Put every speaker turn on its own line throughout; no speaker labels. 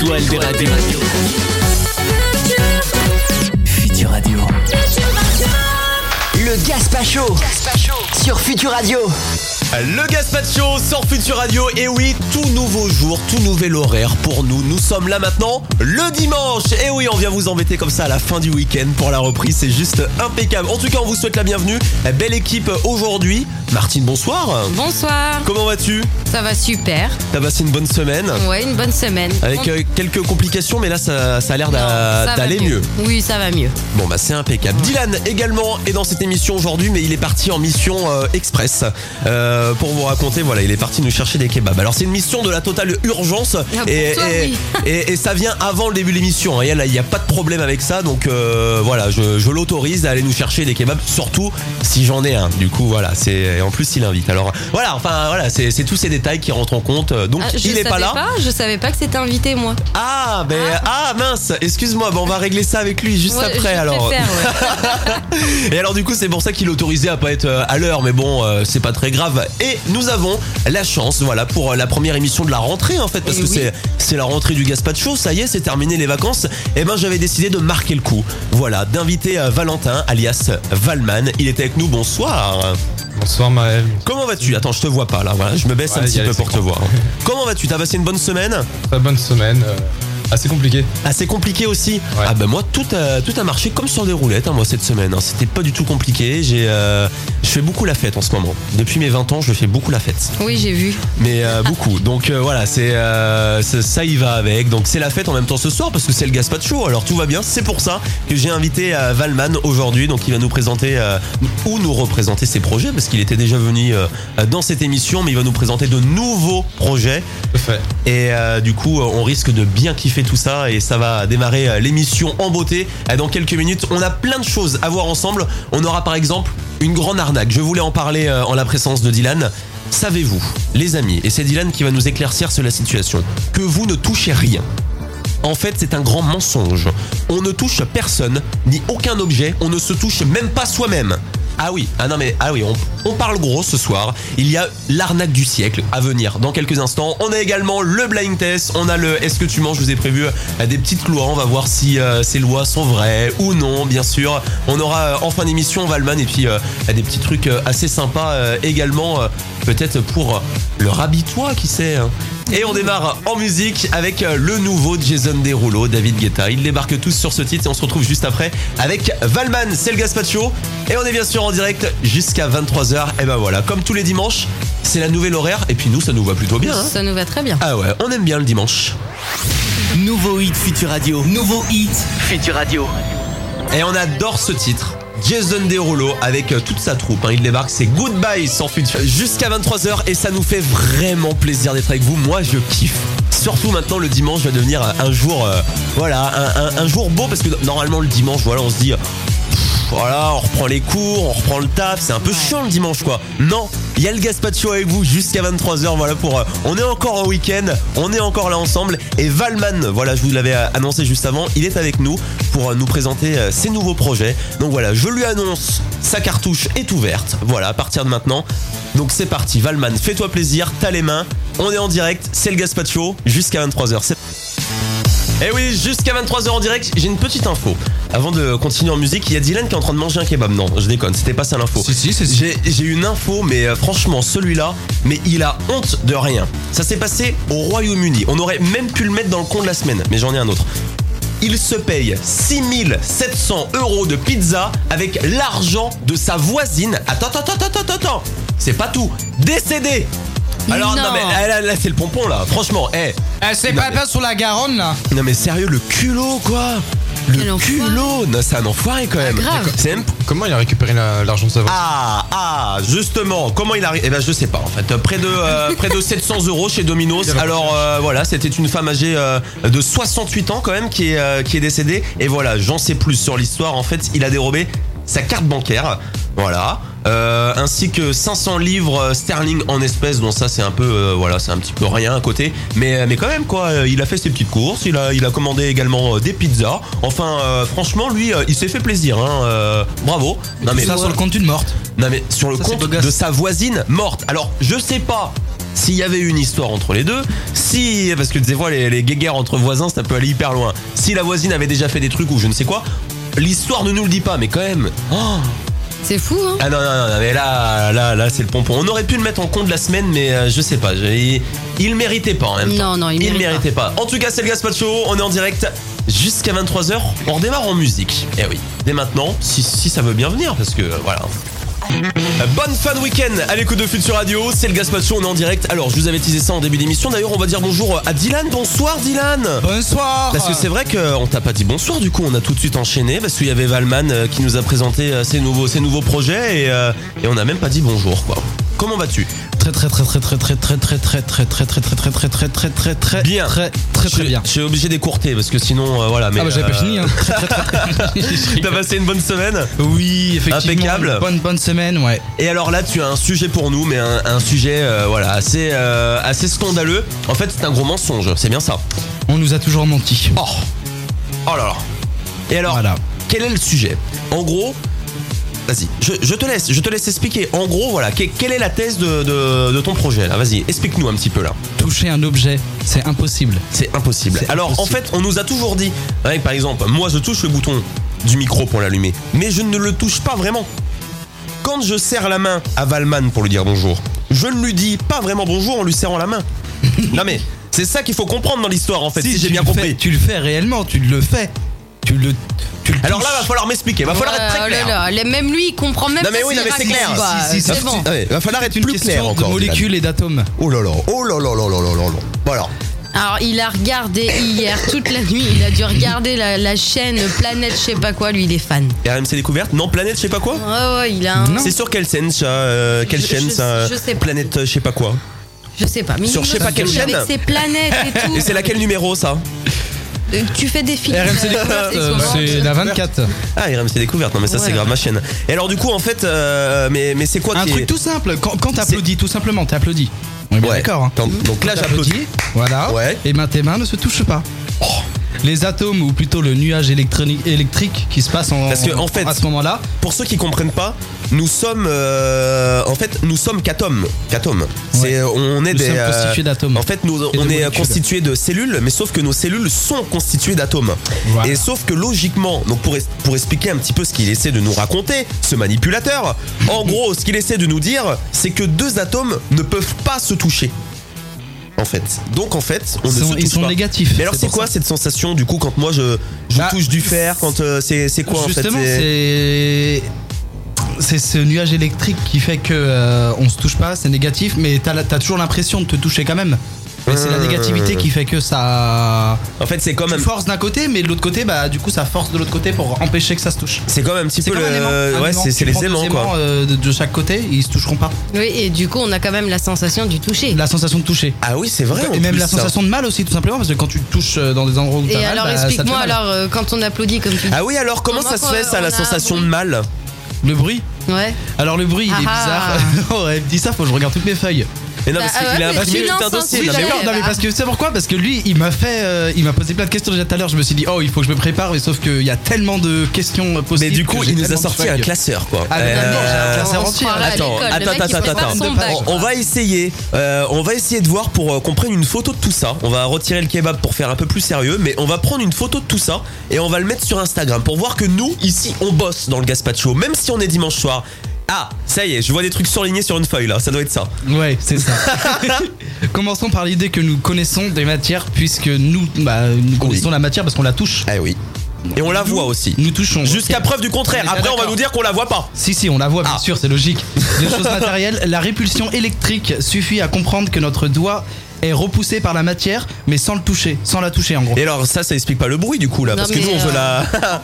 Joël Radio. Futur Radio.
Le Gaspacho. Sur Futur Radio.
Le Gaspacho sur Futur Radio. Et oui, tout nouveau jour, tout nouvel horaire pour nous. Nous sommes là maintenant le dimanche. Et oui, on vient vous embêter comme ça à la fin du week-end pour la reprise. C'est juste impeccable. En tout cas, on vous souhaite la bienvenue. Belle équipe aujourd'hui. Martine, bonsoir.
Bonsoir,
Comment vas-tu
ça va super.
T'as passé une bonne semaine
Ouais, une bonne semaine.
avec
On-
euh, quelques complications, mais là ça, ça a l'air
Non,
d'a-
ça va
d'aller mieux.
Oui, ça va mieux.
Bon bah c'est impeccable. Dylan également est dans cette émission aujourd'hui mais il est parti en mission euh, express euh, pour vous raconter voilà il est parti nous chercher des kebabs. Alors c'est une mission de la totale urgence
Ah, pour
et,
toi,
et-
oui.
et- et ça vient avant le début de l'émission. hein. Et là il n'y a pas de problème avec ça donc euh, voilà je, je l'autorise à aller nous chercher des kebabs surtout si j'en ai un. Du coup voilà c'est et en plus il invite. Alors voilà enfin voilà c'est c'est tous ces détails qui rentrent en compte Euh, donc
Ah, je
il n'est
savais
pas là.
je savais pas que c'était invité moi.
Ah ben ah mince excuse-moi Bon, on va régler ça avec lui juste
Ouais,
après
je
alors. euh,
préfère, ouais.
Et alors du coup c'est pour ça qu'il est autorisé à pas être euh, à l'heure mais bon euh, c'est pas très grave et nous avons la chance voilà pour euh, la première émission de la rentrée en fait parce
Eh
Et
que
oui.
c'est c'est la rentrée du Gaspacho ça y est c'est terminé les vacances et ben j'avais décidé de marquer le coup voilà d'inviter euh, Valentin alias Valman il était avec nous bonsoir
Bonsoir Maël.
comment vas-tu attends je te vois pas là voilà je me baisse un
Ouais,
petit
y a
peu
les
pour te
écrans.
voir comment vas-tu t'as passé une bonne semaine
Très bonne semaine. euh, assez compliqué.
assez Ah, compliqué aussi.
Ouais.
Ah ben moi tout a, tout a marché comme sur des roulettes hein, moi cette semaine. hein. C'était pas du tout compliqué. J'ai euh, je fais beaucoup la fête en ce moment. Depuis mes 20 ans je fais beaucoup la fête.
Oui, j'ai vu.
Mais euh, beaucoup. Donc euh, voilà c'est euh, ça ça y va avec. Donc c'est la fête en même temps ce soir parce que c'est le Gaspacho. Alors tout va bien. C'est pour ça que j'ai invité euh, Valman aujourd'hui. Donc il va nous présenter euh, ou nous représenter ses projets parce qu'il était déjà venu euh, dans cette émission mais il va nous présenter de nouveaux projets.
Tout à fait.
Et euh, du coup, euh, on risque de bien kiffer tout ça et ça va démarrer euh, l'émission en beauté Euh, dans quelques minutes. On a plein de choses à voir ensemble. On aura par exemple une grande arnaque. Je voulais en parler euh, en la présence de Dylan. Savez-vous, les amis, et c'est Dylan qui va nous éclaircir sur la situation, que vous ne touchez rien. En fait, c'est un grand mensonge. On ne touche personne, ni aucun objet, on ne se touche même pas soi-même. Ah oui, ah non mais ah oui, on, on parle gros ce soir. Il y a l'arnaque du siècle à venir dans quelques instants. On a également le blind test, on a le est-ce que tu manges, je vous ai prévu euh, des petites lois, on va voir si euh, ces lois sont vraies ou non, bien sûr. On aura euh, en fin d'émission Valman et puis euh, des petits trucs euh, assez sympas euh, également euh, peut-être pour euh, le rabitois qui sait. hein. Et on démarre en musique avec euh, le nouveau Jason Derulo, David Guetta. Ils débarquent tous sur ce titre et on se retrouve juste après avec Valman, c'est le Gaspacho. Et on est bien sûr en direct jusqu'à 23h. Et ben voilà, comme tous les dimanches, c'est la nouvelle horaire. Et puis nous, ça nous va plutôt bien. hein.
Ça nous va très bien.
Ah ouais, on aime bien le dimanche.
Nouveau hit Futur Radio. Nouveau hit Futur Radio.
Et on adore ce titre. Jason Derulo avec euh, toute sa troupe, hein. il débarque, c'est Goodbye sans futur jusqu'à 23h et ça nous fait vraiment plaisir d'être avec vous. Moi, je kiffe. Surtout maintenant, le dimanche va devenir euh, un jour, euh, voilà, un, un- un jour beau parce que normalement le dimanche, voilà, on se dit, euh, pff, voilà, on reprend les cours, on reprend le taf, c'est un peu chiant le dimanche quoi. Non, il y a le Gaspacho avec vous jusqu'à 23h, voilà pour, euh, on est encore en week-end, on est encore là ensemble et Valman, voilà, je vous l'avais euh, annoncé juste avant, il est avec nous pour euh, nous présenter euh, ses nouveaux projets. Donc voilà, je lui annonce, sa cartouche est ouverte. Voilà, à partir de maintenant. Donc c'est parti, Valman, fais-toi plaisir, t'as les mains. On est en direct, c'est le Gaspacho, jusqu'à 23h. Et Eh oui, jusqu'à 23h en direct, j'ai une petite info. Avant de continuer en musique, il y a Dylan qui est en train de manger un kebab. Non, je déconne, c'était pas ça l'info.
si, c'est
J'ai j'ai une info, mais euh, franchement, celui-là, mais il a honte de rien. Ça s'est passé au Royaume-Uni. On aurait même pu le mettre dans le con de la semaine, mais j'en ai un autre. Il se paye 6700 euros de pizza avec l'argent de sa voisine. Attends, attends, attends, attends, attends, attends. C'est pas tout. Décédée. Alors, non,
Non.
mais eh, là, là, c'est le pompon, là. Franchement, eh.
c'est
Non,
pas
mais-
pas sur la Garonne là
Non mais sérieux, le culot quoi
Quel
Le
enfoiré. Ah,
culot Non, c'est un enfoiré quand même.
grave.
C'est même-
Comment il a récupéré la- l'argent de sa voix
Ah, ah, justement, comment il arrive Eh ben je sais pas en fait. Près de, euh, près de 700 euros chez Domino's. Alors euh, voilà, c'était une femme âgée euh, de 68 ans quand même qui est, euh, qui est décédée. Et voilà, j'en sais plus sur l'histoire. En fait, il a dérobé sa carte bancaire. Voilà. Euh, ainsi que 500 livres sterling en espèces, dont ça c'est un peu, euh, voilà, c'est un petit peu rien à côté, mais mais quand même quoi, euh, il a fait ses petites courses, il a il a commandé également euh, des pizzas. Enfin, euh, franchement, lui, euh, il s'est fait plaisir, hein, euh, bravo. Non
Tout ça sur le compte d'une morte.
non mais sur le
Ça, c'est
compte
beau gosse.
de sa voisine morte. Alors je sais pas s'il y avait eu une histoire entre les deux, si parce que des fois les, les guéguerres entre voisins ça peut aller hyper loin. Si la voisine avait déjà fait des trucs ou je ne sais quoi, l'histoire ne nous le dit pas, mais quand même. Oh
C'est fou, hein
ah non, non, non, non, mais là, là, là, c'est le pompon. On aurait pu le mettre en compte la semaine, mais euh, je sais pas. je- il, il méritait pas hein. en même temps.
Non, non, il mérite pas.
méritait pas. En tout cas, c'est le Gaspacho. On est en direct jusqu'à 23h. On redémarre en musique. Eh oui, dès maintenant, si, si ça veut bien venir, parce que euh, voilà. Euh, Bonne fin de week-end à l'écoute de Future Radio, c'est le Gaspacho, on est en direct. Alors, je vous avais teasé ça en début d'émission. D'ailleurs, on va dire bonjour à Dylan. Bonsoir, Dylan.
Bonsoir
Parce que c'est vrai qu'on t'a pas dit bonsoir, du coup on a tout de suite enchaîné parce qu'il y avait Valman euh, qui nous a présenté euh, ses nouveaux, ses nouveaux projets et, euh, et on n'a même pas dit bonjour quoi. Comment vas-tu
très très très très très très très très très très très très très très très très très très
Bien.
très très très
Je-
bien.
Je suis obligé d'écourter parce que sinon euh, voilà. Mais,
Ah bah j'avais pas
euh,
fini hein.
T'as passé une bonne semaine
Oui, effectivement.
Impeccable.
Bonne bonne semaine, ouais.
Et alors là tu as un sujet pour nous mais un, un sujet euh, voilà assez, euh, assez scandaleux. En fait c'est un gros mensonge, c'est bien ça.
On nous a toujours menti.
Oh Oh là là Et alors
Voilà.
quel est le sujet En gros, vas-y, je, je te laisse, je te laisse expliquer. En gros, voilà, que- quelle est la thèse de, de- de ton projet là Vas-y, explique-nous un petit peu là.
Toucher un objet, c'est impossible.
C'est impossible.
C'est
Alors en
impossible.
fait, on nous a toujours dit, ouais, par exemple, moi je touche le bouton du micro pour l'allumer, mais je ne le touche pas vraiment. Quand je serre la main à Valman pour lui dire bonjour, je ne lui dis pas vraiment bonjour en lui serrant la main. non mais c'est ça qu'il faut comprendre dans l'histoire en fait, si, j'ai
tu
bien
le
compris.
fais- tu le fais réellement, tu le fais. Tu le tu le
Alors là,
touches.
va falloir m'expliquer, va falloir être
Oh
très
là
clair.
là, Même lui, il comprend même
Non, mais
pas
oui,
ce
non,
qu'il
mais c'est
raconte,
clair.
quoi.
Si, si,
C'est
si,
bon.
Ah ouais, va falloir être
une
plus clair
question de
encore. Dylan.
molécules et d'atomes.
Oh là là, oh là là là là là là là. Bon alors,
Alors, il a regardé hier toute la nuit, il a dû regarder la, la chaîne Planète, je sais pas quoi, lui, il est fan.
RMC découverte Non, planète, je sais pas quoi
Ouais, ouais, il a un.
Non.
C'est sur quelle scène ça euh, Quelle
Je-
chaîne
je-
ça euh,
je sais pas.
Planète, euh, je sais pas quoi.
Je sais pas, mais
Sur
il
je sais
me
pas quelle
saoule
chaîne.
Avec ses planètes et tout.
Et c'est laquelle numéro ça
Euh, Tu fais des films.
RMC Découverte, euh, c'est la 24.
Ah, RMC découverte, non mais ça c'est
Ouais.
grave ma chaîne. Et alors du coup en fait, euh, mais, mais c'est quoi
Un
qui est-
truc tout simple, quand, quand t'applaudis, tout simplement, t'applaudis. On est bien
Ouais.
d'accord. hein.
Quand- donc là,
Quand
j'applaudis.
t'applaudis, Voilà.
Ouais. Oh.
Et ben tes mains ne se touchent pas. Les atomes, ou plutôt le nuage électronique, électrique qui se passe en,
Parce que, en fait-
à ce moment-là,
Pour ceux qui comprennent pas, nous sommes euh, en fait nous sommes qu'atomes, qu'atomes. C'est on est
Nous
des euh,
sommes constitués d'atomes.
En fait, nous
Et de
on est
molécules.
constitués de cellules, mais sauf que nos cellules sont constituées d'atomes.
Voilà.
Et sauf que logiquement, donc pour es- pour expliquer un petit peu ce qu'il essaie de nous raconter, ce manipulateur, en gros, ce qu'il essaie de nous dire, c'est que deux atomes ne peuvent pas se toucher. En fait. Donc en fait, on
ils
ne se
sont,
touche
ils sont
pas.
négatifs.
Mais alors c'est
pour
quoi
ça.
cette sensation du coup quand moi je, je
Bah,
touche du fer quand euh, c'est c'est quoi en fait
Justement,
c'est-
c'est c'est ce nuage électrique qui fait que euh, on se touche pas, c'est négatif, mais t'as la- t'as toujours l'impression de te toucher quand même. Mais c'est la
Euh.
négativité qui fait que ça
en fait c'est comme un-
tu forces d'un côté, mais de l'autre côté, bah du coup ça force de l'autre côté pour empêcher que ça se touche.
C'est comme un petit peu
comme
le.
un aimant, un
ouais,
aimant.
c'est
Tu
c'est les
prends deux
aimants quoi.
euh, de, de chaque côté, ils se toucheront pas.
Oui, et du coup, on a quand même la sensation du toucher.
La sensation de toucher.
Ah oui, c'est vrai. en
Et même
plus,
la
ça.
sensation de mal aussi, tout simplement, parce que quand tu te touches euh, dans des endroits où t'as
Et
mal,
alors,
bah, ça te fait
explique-moi,
mal.
alors, euh, quand on applaudit comme tu dis.
Ah oui, alors comment
Comment
ça se fait
qu'on-
ça, la
on a un
sensation de
bruit
mal
Le bruit.
Ouais.
Alors le bruit, il est
Ah ah.
bizarre. oh, elle me dit ça, faut que je regarde toutes mes feuilles.
Mais non,
Bah,
parce qu'il
ah ouais,
a
mais
imprimé
tu
tout un
lances un
dossier. là.
sujet.
Mais
Non,
ouais.
Eh
non, mais
bah.
parce que tu sais pourquoi Parce que lui, il m'a fait, euh, il m'a posé plein de questions déjà tout à l'heure. Je me suis dit, oh, il faut que je me prépare, mais sauf qu'il y a tellement de questions euh, possibles.
Mais du
que
coup,
j'ai
il nous a
tellement de
sorti un
feuilles.
classeur quoi.
Ah, mais non, non, j'ai un
Euh,
classeur.
on
entier.
se croirait à
Attends,
l'école.
attends,
le mec,
attends,
il prépare
attends,
son
attends.
bac.
On, on va essayer, euh, on va essayer de voir pour euh, qu'on prenne une photo de tout ça. On va retirer le kebab pour faire un peu plus sérieux, mais on va prendre une photo de tout ça et on va le mettre sur Instagram pour voir que nous ici on bosse dans le gazpacho, même si on est dimanche soir. Ah, ça y est, je vois des trucs surlignés sur une feuille là. Ça doit être ça.
Ouais, c'est ça. Commençons par l'idée que nous connaissons des matières, puisque nous, bah, nous connaissons la matière parce qu'on la touche.
Eh oui. Et on la voit aussi.
Nous touchons.
Jusqu'à preuve du contraire.
On est bien
Après, on va
d'accord.
nous dire qu'on la voit pas.
Si, si, on la voit, bien
Ah.
sûr, c'est logique. Des choses matérielles, la répulsion électrique suffit à comprendre que notre doigt est repoussé par la matière, mais sans le toucher, sans la toucher en gros.
Et alors, ça, ça explique pas le bruit du coup là,
Non,
parce que
mais,
nous, on
euh,
veut la.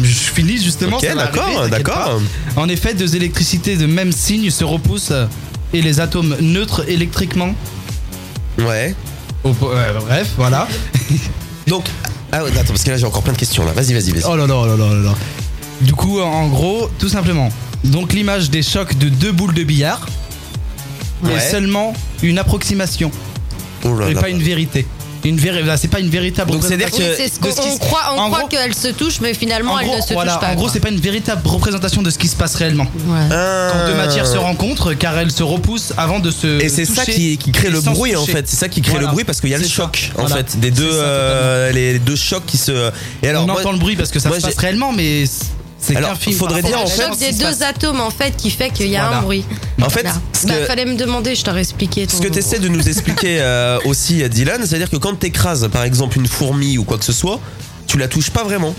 Je finis justement.
Ok,
ça va
d'accord,
arriver, t'inquiète
d'accord.
pas. En effet, deux électricités de même signe se repoussent euh, et les atomes neutres électriquement.
ouais.
au po- euh, bref, voilà.
Donc. Ah, ouais, attends, parce que là, j'ai encore plein de questions là. Vas-y, vas-y, vas-y.
Oh là là oh là là oh là là. Du coup, en gros, tout simplement. Donc l'image des chocs de deux boules de billard
Ouais.
est seulement une approximation
Oh là
et
là.
pas une vérité. une véri- là, c'est pas une véritable
Donc, c'est-à-dire
représentation.
Oui,
que-
c'est ce
de
qu'on
ce qui se-
croit,
en
on croit
gros-
qu'elle se touche, mais finalement
En
elle
gros,
ne se
voilà,
touche pas.
en gros,
quoi.
c'est Euh, pas une véritable représentation de ce qui se passe réellement.
Ouais.
Quand deux matières se rencontrent, car elles se repoussent avant de se.
Ah. Euh. Et c'est ça
toucher
qui, qui crée
et
le
sans se
bruit en
toucher.
fait. C'est ça qui crée
Voilà.
le bruit parce qu'il y a le
C'est ça.
choc en
Voilà.
fait des deux
C'est ça,
euh, les deux chocs qui se. Et
On
moi-
entend le bruit parce que ça
moi,
se passe
j'ai-
réellement, mais c'est- c'est
Alors,
qu'un film.
faudrait
par
dire,
rapport
en
Le
à
fait-
la
choc
chose
des
qui se
deux
passe.
atomes en fait qui fait qu'il y a
Voilà.
un bruit.
en fait,
Voilà.
ce
Bah,
que-
fallait me demander, je t'aurais expliqué.
Ce
ton-
que tu essaies de nous expliquer euh, aussi, Dylan, c'est-à-dire que quand t'écrases, par exemple, une fourmi ou quoi que ce soit, tu la touches pas vraiment.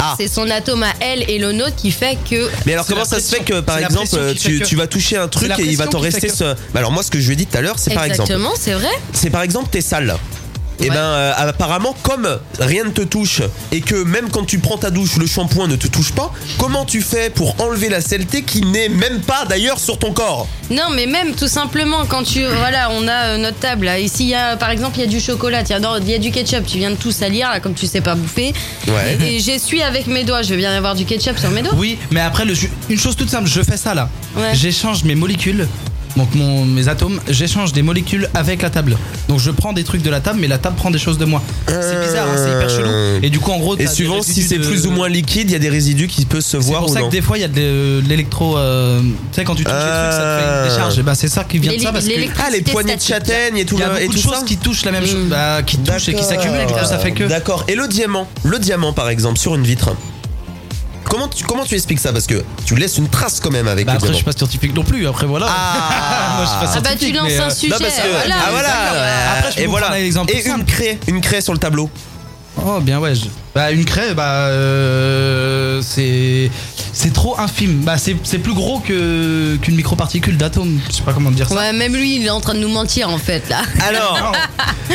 Ah.
C'est son atome à elle et le nôtre qui fait que.
Mais alors,
C'est
comment
la
ça se fait
pression.
que, par
C'est la
exemple,
pression qui
tu,
fait que-
tu vas toucher un truc
la
et il va
pression
t'en
qui fait
rester
que-
ce. Bah alors, moi, ce que je lui ai dit tout à l'heure, c'est par exemple.
Exactement, c'est vrai.
c'est par exemple t'es sale. Et
Ouais.
ben euh, apparemment comme rien ne te touche et que même quand tu prends ta douche le shampoing ne te touche pas, comment tu fais pour enlever la saleté qui n'est même pas d'ailleurs sur ton corps
Non, mais même tout simplement quand tu voilà, on a euh, notre table là. Ici, il y a par exemple, il y a du chocolat, tiens, non, il y a du ketchup. Tu viens de tout salir là, comme tu sais pas bouffer.
Ouais.
Et, et j'essuie avec mes doigts. Je vais bien avoir du ketchup sur mes doigts.
Oui, mais après, le ju- une chose toute simple, je fais ça là.
Ouais.
J'échange mes molécules, donc mon, mes atomes, j'échange des molécules avec la table. Donc je prends des trucs de la table, mais la table prend des choses de moi. C'est bizarre, hein, c'est hyper chelou. Et du coup, en gros,
Et
t'as des
suivant si
résidus
c'est
de-
plus ou moins liquide, il y a des résidus qui peuvent se
C'est
voir
pour
ou
ça
non.
que des fois, il y a de l'électro. euh, tu sais, quand tu touches les trucs, ça te fait
Ah.
une décharge. Et bah, c'est ça qui vient de
L'éle-
ça parce que.
l'électricité
Ah les poignées de
statique.
châtaigne et tout
Il y a
le- et
beaucoup de
tout ça.
choses qui touchent la même chose,
Mm.
bah, qui touchent et qui s'accumulent, et du coup, ça fait que.
D'accord. Et le diamant, le diamant par exemple sur une vitre. Comment tu, comment tu expliques ça Parce que tu laisses une trace quand même avec
Bah,
le
après, je
diamant.
suis pas scientifique non plus, après voilà.
Ah.
Moi, je suis pas
Ah bah tu
scientifique,
lances
mais, euh,
un sujet.
Non, parce que-
voilà.
ah voilà,
Après, je peux
et
vous
voilà.
prendre un exemple
Et
plus
une
simple.
craie, une craie sur le tableau.
Oh bien ouais. je- Bah une craie, bah euh, c'est c'est trop infime. Bah c'est c'est plus gros que qu'une microparticule d'atome. Je sais pas comment dire ça.
Ouais, même lui, il est en train de nous mentir en fait là.
Alors,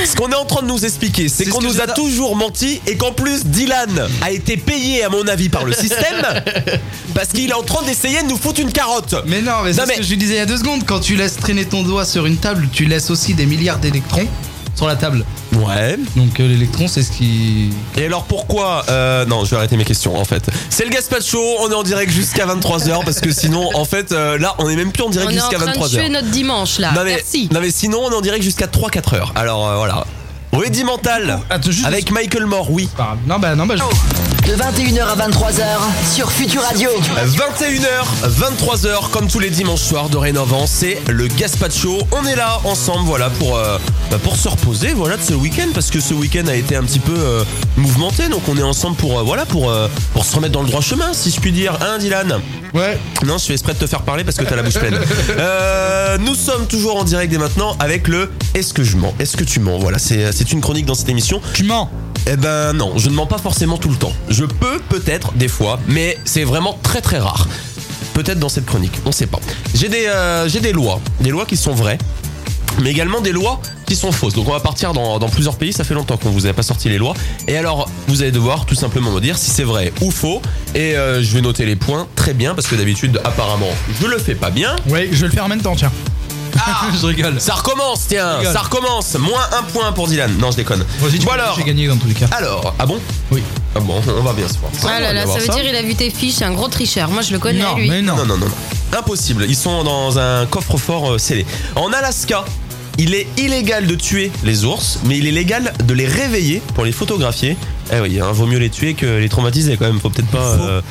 ce qu'on est en train de nous expliquer, c'est
C'est
qu'on
ce que
nous a
j'adore.
toujours menti et qu'en plus Dylan a été payé, à mon avis, par le système parce qu'il est en train d'essayer de nous foutre une carotte.
Mais non, mais c'est
Non,
ce
mais-
que je lui disais il y a deux secondes. Quand tu laisses traîner ton doigt sur une table, tu laisses aussi des milliards d'électrons sur la table.
Ouais.
Donc euh, l'électron, c'est ce qui.
Et alors pourquoi euh, Non, je vais arrêter mes questions en fait. C'est le Gaspacho, on est en direct jusqu'à 23h parce que sinon, en fait, euh, là, on est même plus en direct
On est en
jusqu'à
train de
23h.
tuer notre dimanche là.
non, mais,
Merci.
non mais sinon, on est en direct jusqu'à 3-4 heures. Alors euh, voilà. Rudimental
Attends, juste-
avec Michael Moore, oui.
Bah, non bah non bah. je-
De 21h à 23h sur Futur Radio.
21h, 23h, comme tous les dimanches soirs dorénavant, c'est le Gaspacho. On est là ensemble, voilà, pour, euh, bah, pour se reposer, voilà, de ce week-end, parce que ce week-end a été un petit peu euh, mouvementé, donc on est ensemble pour, euh, voilà, pour, euh, pour se remettre dans le droit chemin, si je puis dire. Hein, Dylan
Ouais.
Non, je suis exprès de te faire parler parce que t'as la bouche pleine. Euh, nous sommes toujours en direct dès maintenant avec le Est-ce que je mens Est-ce que tu mens Voilà, c'est euh, c'est une chronique dans cette émission.
Tu mens.
Eh ben non, je ne mens pas forcément tout le temps. Je peux peut-être des fois, mais c'est vraiment très très rare. Peut-être dans cette chronique, on sait pas. J'ai des, euh, j'ai des lois, des lois qui sont vraies, mais également des lois qui sont fausses. Donc on va partir dans, dans plusieurs pays, ça fait longtemps qu'on vous avait pas sorti les lois. Et alors, vous allez devoir tout simplement me dire si c'est vrai ou faux. Et euh, je vais noter les points très bien, parce que d'habitude, apparemment, je le fais pas bien.
Ouais, je vais le faire en même temps tiens. Ah je rigole.
Ça recommence, tiens,
Rigole.
ça recommence. Moins un point pour Dylan. Non, je déconne.
Vas-y, tu
Bon
peux-
alors,
J'ai gagné dans tous les cas.
alors, ah bon
Oui.
Ah bon, on va bien se voir. On va
Ah là là,
bien
ça
voir
veut dire il a vu tes fiches, c'est un gros tricheur. Moi je le connais
non
lui.
mais non.
Non, non, non, non. Impossible. Ils sont dans un coffre-fort euh, scellé. En Alaska, il est illégal de tuer les ours, mais il est légal de les réveiller pour les photographier. Eh oui, hein, vaut mieux les tuer que les traumatiser quand même. Faut peut-être pas.
Faux.
euh,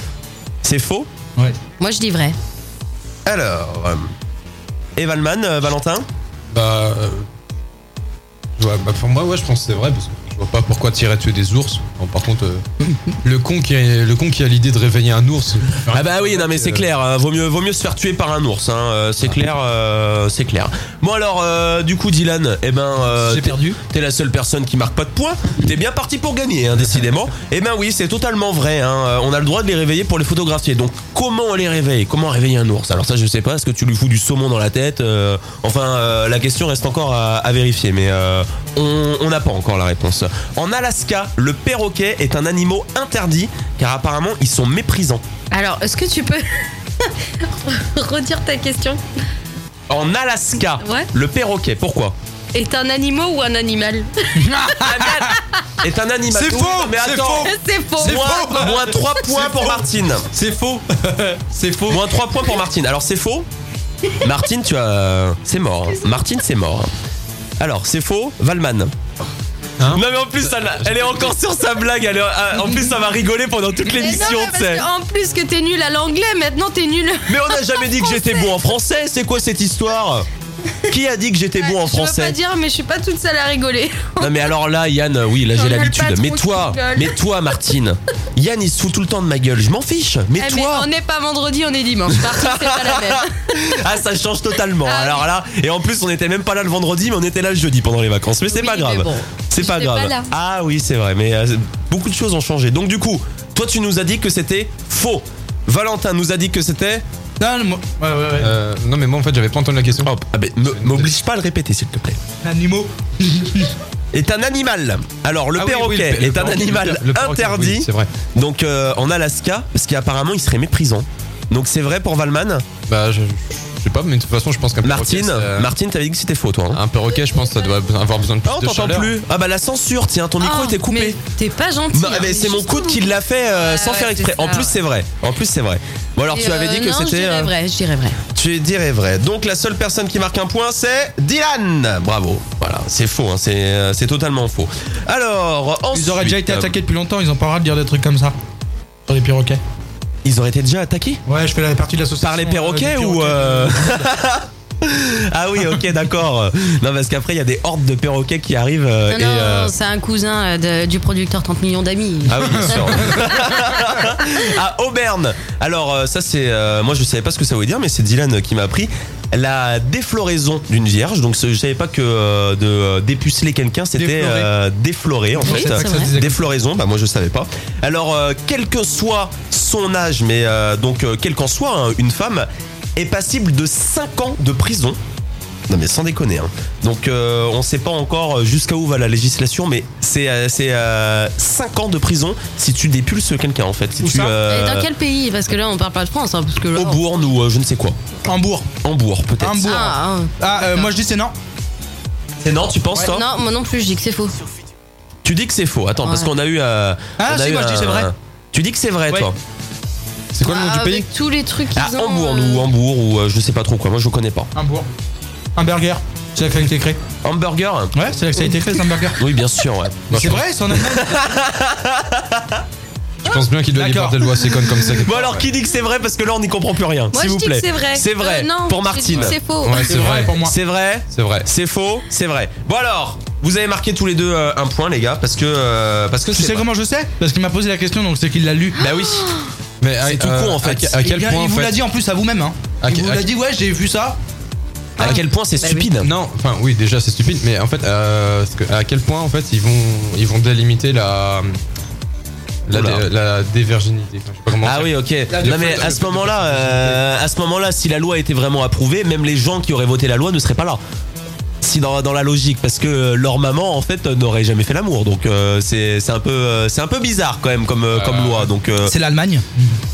C'est faux.
Ouais.
Moi je dis vrai.
Alors. euh, Evalman, euh, Valentin
Bah, euh, ouais, bah, pour moi, ouais, je pense que c'est vrai parce que je vois pas pourquoi tirer tuer des ours. Bon, par contre, euh, le con qui a, le con qui a l'idée de réveiller un ours.
Ah bah oui, non mais c'est
Euh,
clair, hein. vaut, mieux, vaut mieux se faire tuer par un ours, hein. Euh, c'est clair, euh, c'est clair. Bon alors, euh, du coup Dylan, eh ben, euh,
J'ai
t'es-
perdu.
t'es la seule personne qui marque pas de points, t'es bien parti pour gagner, hein, décidément. eh ben oui, c'est totalement vrai, hein. Euh, on a le droit de les réveiller pour les photographier. Donc comment on les réveille Comment réveiller un ours Alors ça je sais pas, est-ce que tu lui fous du saumon dans la tête Euh, Enfin, euh, la question reste encore à, à vérifier, mais euh, on on n'a pas encore la réponse. En Alaska, le perroquet est un animal interdit, car apparemment ils sont méprisants.
Alors, est-ce que tu peux redire ta question
En Alaska,
Ouais.
le perroquet, pourquoi
Est un animal ou un animal
Est un animal.
C'est faux,
Mais
c'est
attends
faux.
C'est faux.
moins, moins 3 points pour Martine.
C'est faux C'est faux
Moins 3 points pour Martine. Alors c'est faux Martine, tu as. C'est mort. Martine, c'est mort. Alors, c'est faux, Valman.
Hein
non mais en plus ça l'a- elle est encore sur sa blague, elle est- euh, en plus ça va rigoler pendant toute
Mais non,
l'émission,
mais
tu
parce
sais.
que en plus que t'es nul à l'anglais, maintenant t'es nul.
Mais on n'a jamais dit que j'étais bon en français, c'est quoi cette histoire Qui a dit que j'étais bon en
Je veux pas
français
dire, mais je suis pas toute seule à rigoler.
Non mais alors là Yann, euh, oui là j'ai
On a le
l'habitude.
patron
Mais
qui
toi,
rigole.
mais toi Martine, Yann il se fout tout le temps de ma gueule, je m'en fiche. Mais
Eh, mais
toi,
on n'est pas vendredi, on est dimanche. Par contre, c'est pas la même.
ah ça change totalement.
Ah oui.
Alors là, et en plus on n'était même pas là le vendredi, mais on était là le jeudi pendant les vacances. Mais c'est
Oui,
pas
mais
grave.
bon,
c'est pas
j'étais
grave.
pas là.
ah oui c'est vrai, mais euh, beaucoup de choses ont changé. Donc du coup, toi tu nous as dit que c'était faux. Valentin nous a dit que c'était.
Non, non, moi- ouais, ouais, ouais.
Euh, non, mais moi en fait, j'avais pas entendu la question.
Oh, ah, ben, me- m'oblige pas à le répéter s'il te plaît.
Animaux.
est un animal. Alors le
Ah oui,
perroquet
oui, le- le
est un
perroquet,
animal
le perroquet,
interdit.
oui, c'est vrai.
Donc euh, en Alaska, parce qu'apparemment il serait méprisant. Donc c'est vrai pour Valman.
Bah, je, je sais pas, mais de toute façon, je pense qu'un
Martine,
perroquet, euh, ça-
Martine, t'avais dit que c'était faux toi. hein.
un perroquet, je pense, ça doit avoir besoin de plus
Ah, on
de
t'entend
chaleur.
plus. Ah bah la censure, tiens, ton micro
Oh,
était coupé.
mais T'es pas gentil.
Non,
hein,
mais c'est mon
justement.
coude qui l'a fait euh,
Ouais,
sans
ouais,
faire
c'est
exprès. En
ça,
plus
ouais.
c'est vrai. En plus c'est vrai. Bon alors
Et,
tu avais dit
euh,
que
non, Je
c'était.
dirais
euh,
vrai, je dirais vrai.
Tu dirais vrai. Donc la seule personne qui marque un point, c'est Dylan. Bravo. Voilà, c'est faux. hein, C'est euh, c'est totalement faux. Alors ensuite,
Ils auraient déjà été
euh,
attaqués depuis longtemps, ils ont pas le droit de dire des trucs comme ça. Sur les perroquets.
Ils auraient été déjà attaqués.
Ouais, je fais la partie de l'association. euh,
Par les perroquets ou euh, Ah oui, ok, d'accord. Non, parce qu'après, il y a des hordes de perroquets qui arrivent euh,
Non,
et.
non,
euh,
c'est un cousin euh, de- du producteur 30 millions d'amis.
Ah oui, bien sûr. à Auburn. Alors, euh, ça, c'est. euh, moi, je savais pas ce que ça voulait dire, mais c'est Dylan qui m'a appris. La défloraison d'une vierge. Donc, c'est- je savais pas que euh, de euh, dépuceler quelqu'un, c'était
Déflorer.
euh, déflorer, en
Oui,
fait.
c'est vrai.
Défloraison, bah moi je savais pas. Alors, euh, quel que soit son âge, mais euh, donc euh, quel qu'en soit, hein, une femme est passible de 5 ans de prison. Non mais sans déconner. hein. Donc euh, on sait pas encore jusqu'à où va la législation, mais c'est 5 ans de prison si tu dépulses quelqu'un en fait. Si
Où
tu,
ça
euh,
Et dans quel pays Parce que là, on parle pas de France. Hein, parce que là,
Au Bourne ou euh, je ne sais quoi.
Hambourg.
Hambourg peut-être.
Hambourg.
Ah,
Ah, euh, moi je dis c'est non.
C'est non, tu penses
ah.
toi
Non, moi non plus, je dis que c'est faux.
Tu dis que c'est faux. Attends, parce
Ouais.
qu'on a eu... euh,
Ah,
on a
si,
eu
moi, je dis
un-
c'est vrai.
Tu dis que c'est vrai
Ouais.
toi Ah,
C'est quoi le nom
Ah,
du pays
Avec tous les trucs qu'ils
À
ont.
Hambourg
euh,
ou Hambourg ou euh, je sais pas trop quoi, moi je connais pas.
Hambourg. Un burger. C'est là que ça a été créé.
Hamburger
Ouais, c'est là que ça a été créé, c'est un burger.
Oui, bien sûr, ouais.
C'est vrai, c'est en Allemagne.
Je pense bien qu'il doit y
D'accord.
avoir des lois, c'est comme comme ça.
Bon, alors qui dit que c'est vrai Parce que là, on n'y comprend plus rien.
Moi,
S'il
je
vous
dis que
plaît.
c'est vrai.
C'est vrai.
Euh, non,
pour
je dis
Martine.
que C'est faux.
Ouais, c'est vrai.
pour moi.
C'est vrai
C'est vrai.
C'est faux C'est vrai. Bon, alors, vous avez marqué tous les deux euh, un point, les gars, parce que. euh, parce que
Tu
c'est.
sais
vrai.
comment je sais Parce qu'il m'a posé la question, donc c'est qu'il l'a lu. Ah,
Bah oui.
Mais
C'est
à-
tout
euh,
con, en fait.
à que- À
Il
quel
vient-
point
Il
en
vous
fait-
l'a dit en plus à vous-même. Hein.
À
Il
que-
vous
à
l'a
que-
dit, ouais, j'ai vu ça. Ah.
À quel point c'est
Bah oui.
stupide
Non, enfin oui, déjà c'est stupide, mais en fait, euh, parce que à quel point en fait ils vont ils vont délimiter la la,
Oula.
dé- la dévirginité. Enfin, je sais pas comment
Ah
dire.
oui, ok.
La-
Non
le
mais
fait-
à
le
ce
fait
moment-là, euh, à ce moment-là, si la loi était vraiment approuvée, même les gens qui auraient voté la loi ne seraient pas là. Si dans, dans la logique, parce que euh, leur maman en fait n'aurait jamais fait l'amour, donc euh, c'est c'est un peu euh, c'est un peu bizarre quand même comme euh,
Ah.
comme loi. Donc euh,
C'est l'Allemagne.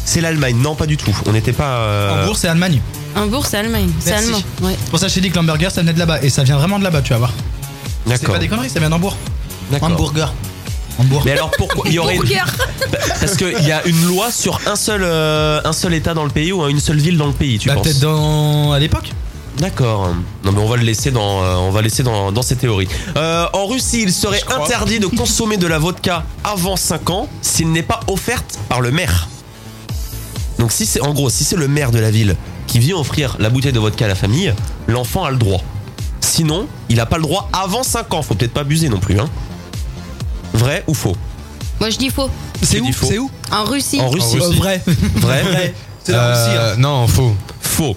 c'est l'Allemagne, non pas du tout. On n'était pas. euh,
Hambourg, c'est Allemagne.
Hambourg, c'est Allemagne. C'est
Merci.
allemand. Ouais.
C'est pour ça que j'ai dit que l'hamburger, ça venait de là-bas. Et ça vient vraiment de là-bas, tu vas voir. C'est
D'accord.
pas des conneries, ça vient d'Hambourg.
d'accord.
Hamburger. Hambourg.
Mais alors pourquoi il y aurait
Burger.
parce qu'il y a une loi sur un seul euh, un seul État dans le pays ou une seule ville dans le pays, tu
Bah,
penses
peut-être dans. à l'époque
D'accord. Non mais on va le laisser dans, euh, on va laisser dans, dans ces théories. Euh, en Russie, il serait
crois.
interdit de consommer de la vodka avant 5 ans s'il n'est pas offerte par le maire. Donc si c'est en gros, si c'est le maire de la ville qui vient offrir la bouteille de vodka à la famille, l'enfant a le droit. Sinon, il n'a pas le droit avant 5 ans. Faut peut-être pas abuser non plus. Hein. Vrai ou faux
Moi, je dis faux.
C'est
Tu dis
où
faux.
C'est où
En Russie.
En Russie.
Euh, Vrai.
Vrai.
C'est la Russie.
Euh,
hein.
Non, faux.
Faux.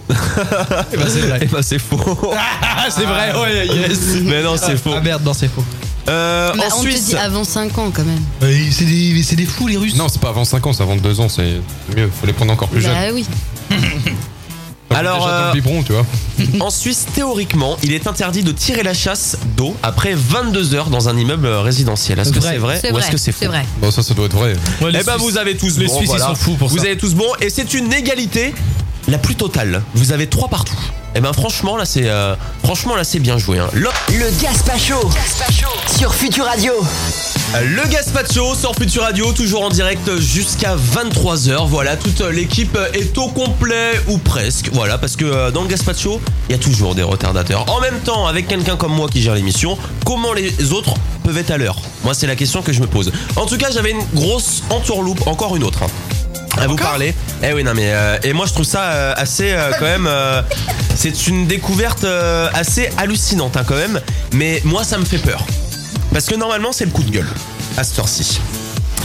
Eh ben, c'est
Eh
vrai.
ben c'est faux.
Ah, c'est vrai, ouais, yes.
Mais non, c'est faux.
Ah merde, non, c'est faux.
Euh,
Bah,
en
on te
Suisse.
dit avant 5 ans quand même.
Euh, C'est des, c'est des fous, les Russes.
Non, c'est pas avant 5 ans, c'est avant 2 ans, c'est mieux. Faut les prendre encore plus jeunes.
Bah oui.
Eh,
Enfin,
Alors,
déjà dans
euh,
le biberon, tu vois.
En Suisse, théoriquement, il est interdit de tirer la chasse d'eau après 22 heures dans un immeuble résidentiel. Est-ce que
Vrai.
c'est vrai,
C'est
ou
vrai.
est-ce que c'est faux
C'est vrai.
Bon, ça, ça doit être vrai.
Ouais, les
Eh ben,
Suisses.
vous avez tous
Les
bon.
Suisses, ils
voilà.
sont fous pour
vous
ça.
avez tous bon, et c'est une égalité la plus totale. Vous avez trois partout. Eh ben, franchement, là, c'est euh, franchement là, c'est bien joué. hein. L'autre-
Le Gaspacho. Sur Future Radio.
Le Gaspacho sur Futur Radio, toujours en direct jusqu'à 23h. Voilà, toute l'équipe est au complet ou presque. Voilà, parce que euh, dans le Gaspacho, il y a toujours des retardateurs. En même temps, avec quelqu'un comme moi qui gère l'émission, comment les autres peuvent être à l'heure Moi, c'est la question que je me pose. En tout cas, j'avais une grosse entourloupe, encore une autre. hein, À vous parler. Eh oui, non, mais. euh, et moi, je trouve ça euh, assez, euh, quand même. euh, c'est une découverte euh, assez hallucinante, hein, quand même. Mais moi, ça me fait peur. Parce que normalement, c'est le coup de gueule à cette heure-ci.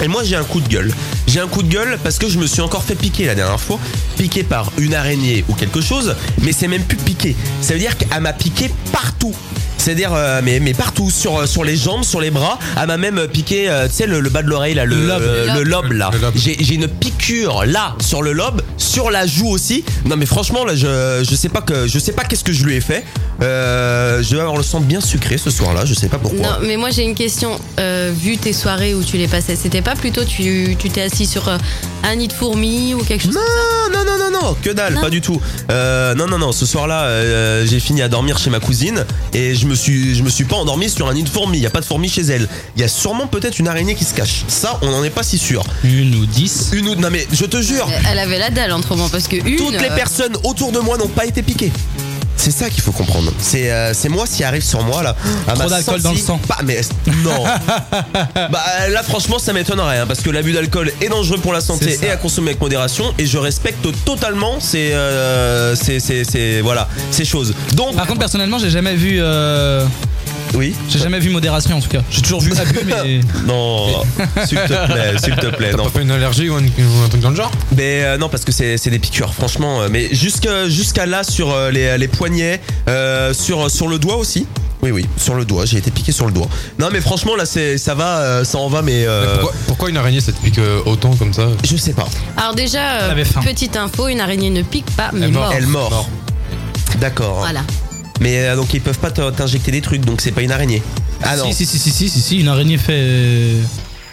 Et moi, j'ai un coup de gueule. J'ai un coup de gueule parce que je me suis encore fait piquer la dernière fois. Piqué par une araignée ou quelque chose, mais c'est même plus piqué. Ça veut dire qu'elle m'a piqué partout. C'est-à-dire, euh, mais, mais partout, sur, euh, sur les jambes, sur les bras. Elle m'a même piqué, euh, tu sais, le, le bas de l'oreille, là, le,
Le lobe.
euh, le lobe, là.
Le lobe.
J'ai j'ai une piqûre là, sur le lobe, sur la joue aussi. Non, mais franchement, là, je, je sais pas que je sais pas qu'est-ce que je lui ai fait. Euh, je vais avoir le sang bien sucré ce soir-là, je sais pas pourquoi.
Non, mais moi j'ai une question. Euh, vu tes soirées où tu les passais, c'était pas plutôt tu tu t'es assis sur euh, un nid de fourmis ou quelque chose comme ça
Ah, Non, non, non, non, non, que dalle,
Non.
pas du tout. Euh, non, non, non, ce soir-là, euh, j'ai fini à dormir chez ma cousine et je me suis, je me suis pas endormi sur un nid de fourmis. Il y a pas de fourmis chez elle. Il y a sûrement peut-être une araignée qui se cache. Ça, on n'en est pas si sûr.
Une ou dix.
Une ou non, mais je te jure,
Elle avait la dalle en trouvant parce que une.
toutes les
euh,
personnes autour de moi n'ont pas été piquées. C'est ça qu'il faut comprendre. C'est euh, c'est moi s'il arrive sur moi là. à
Trop
ma
d'alcool
sortie,
dans le sang.
Pas mais non. bah là franchement ça m'étonnerait hein, parce que l'abus d'alcool est dangereux pour la santé
C'est ça.
et à consommer avec modération et je respecte totalement ces euh, ces, ces- ces- voilà ces choses. Donc
Par contre, personnellement, j'ai jamais vu. euh,
oui.
J'ai jamais vu modération en tout cas. J'ai toujours vu abus, mais.
Non, s'il te plaît, s'il te plaît.
T'as
non.
pas fait une allergie ou un, ou un truc dans le genre
Mais euh, non, parce que c'est c'est des piqûres, franchement. euh, Mais jusqu'à jusqu'à là, sur euh, les, les poignets, euh, sur, sur le doigt aussi. Oui, oui, sur le doigt. J'ai été piqué sur le doigt. Non, mais franchement, là, c'est- ça va, euh, ça en va, mais. euh,
pourquoi, pourquoi une araignée ça te pique euh, autant comme ça
je sais pas.
Alors déjà, euh,
Elle avait faim.
petite info, une araignée ne pique pas, mais
Elle mord.
mord.
Elle mord. D'accord.
Oh. Voilà.
Mais euh, donc, ils peuvent pas te- t'injecter des trucs, donc c'est pas une araignée. Ah non.
Si, si, si, si, si, si, si, une araignée fait, euh,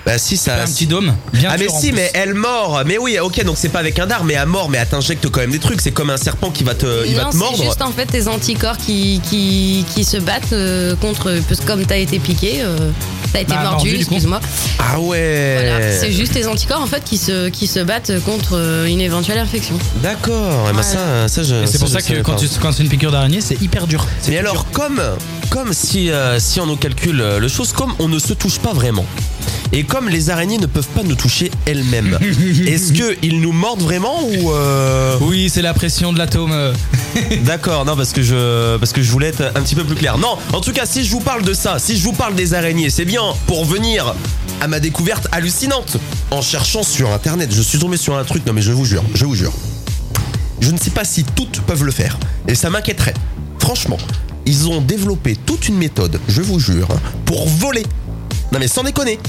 Bah, si,
fait
ça.
un petit dôme. Bien
Ah mais
sûr, en
si
plus.
mais elle mord mais oui ok donc c'est pas avec un dard mais à mort mais elle t'injecte quand même des trucs c'est comme un serpent qui va te Euh, il va
non,
te mordre
c'est juste en fait tes anticorps qui, qui, qui se battent euh, contre. Parce que comme t'as été piqué, euh, t'as été
Bah,
mordu,
mordu, du coup.
excuse-moi.
ah ouais
Voilà, c'est juste tes anticorps en fait qui se, qui se battent contre euh, une éventuelle infection.
D'accord, et bah ça, ça je.
Et c'est pour Ah, ça
je savais
que quand,
pas.
tu- quand c'est une piqûre d'araignée, c'est hyper dur.
Mais alors, comme, comme si, euh, si on nous calcule euh, le chose, comme on ne se touche pas vraiment, et comme les araignées ne peuvent pas nous toucher elles-mêmes, est-ce qu'ils nous mordent vraiment ou. euh,
Oui, c'est la pression de l'atome. euh.
D'accord, non, parce que, je, parce que je voulais être un petit peu plus clair. Non, en tout cas, si je vous parle de ça, si je vous parle des araignées, c'est bien pour venir à ma découverte hallucinante. En cherchant sur internet, je suis tombé sur un truc, non mais je vous jure, je vous jure. Je ne sais pas si toutes peuvent le faire, et ça m'inquiéterait. Franchement, ils ont développé toute une méthode, je vous jure, hein, pour voler. Non mais sans déconner,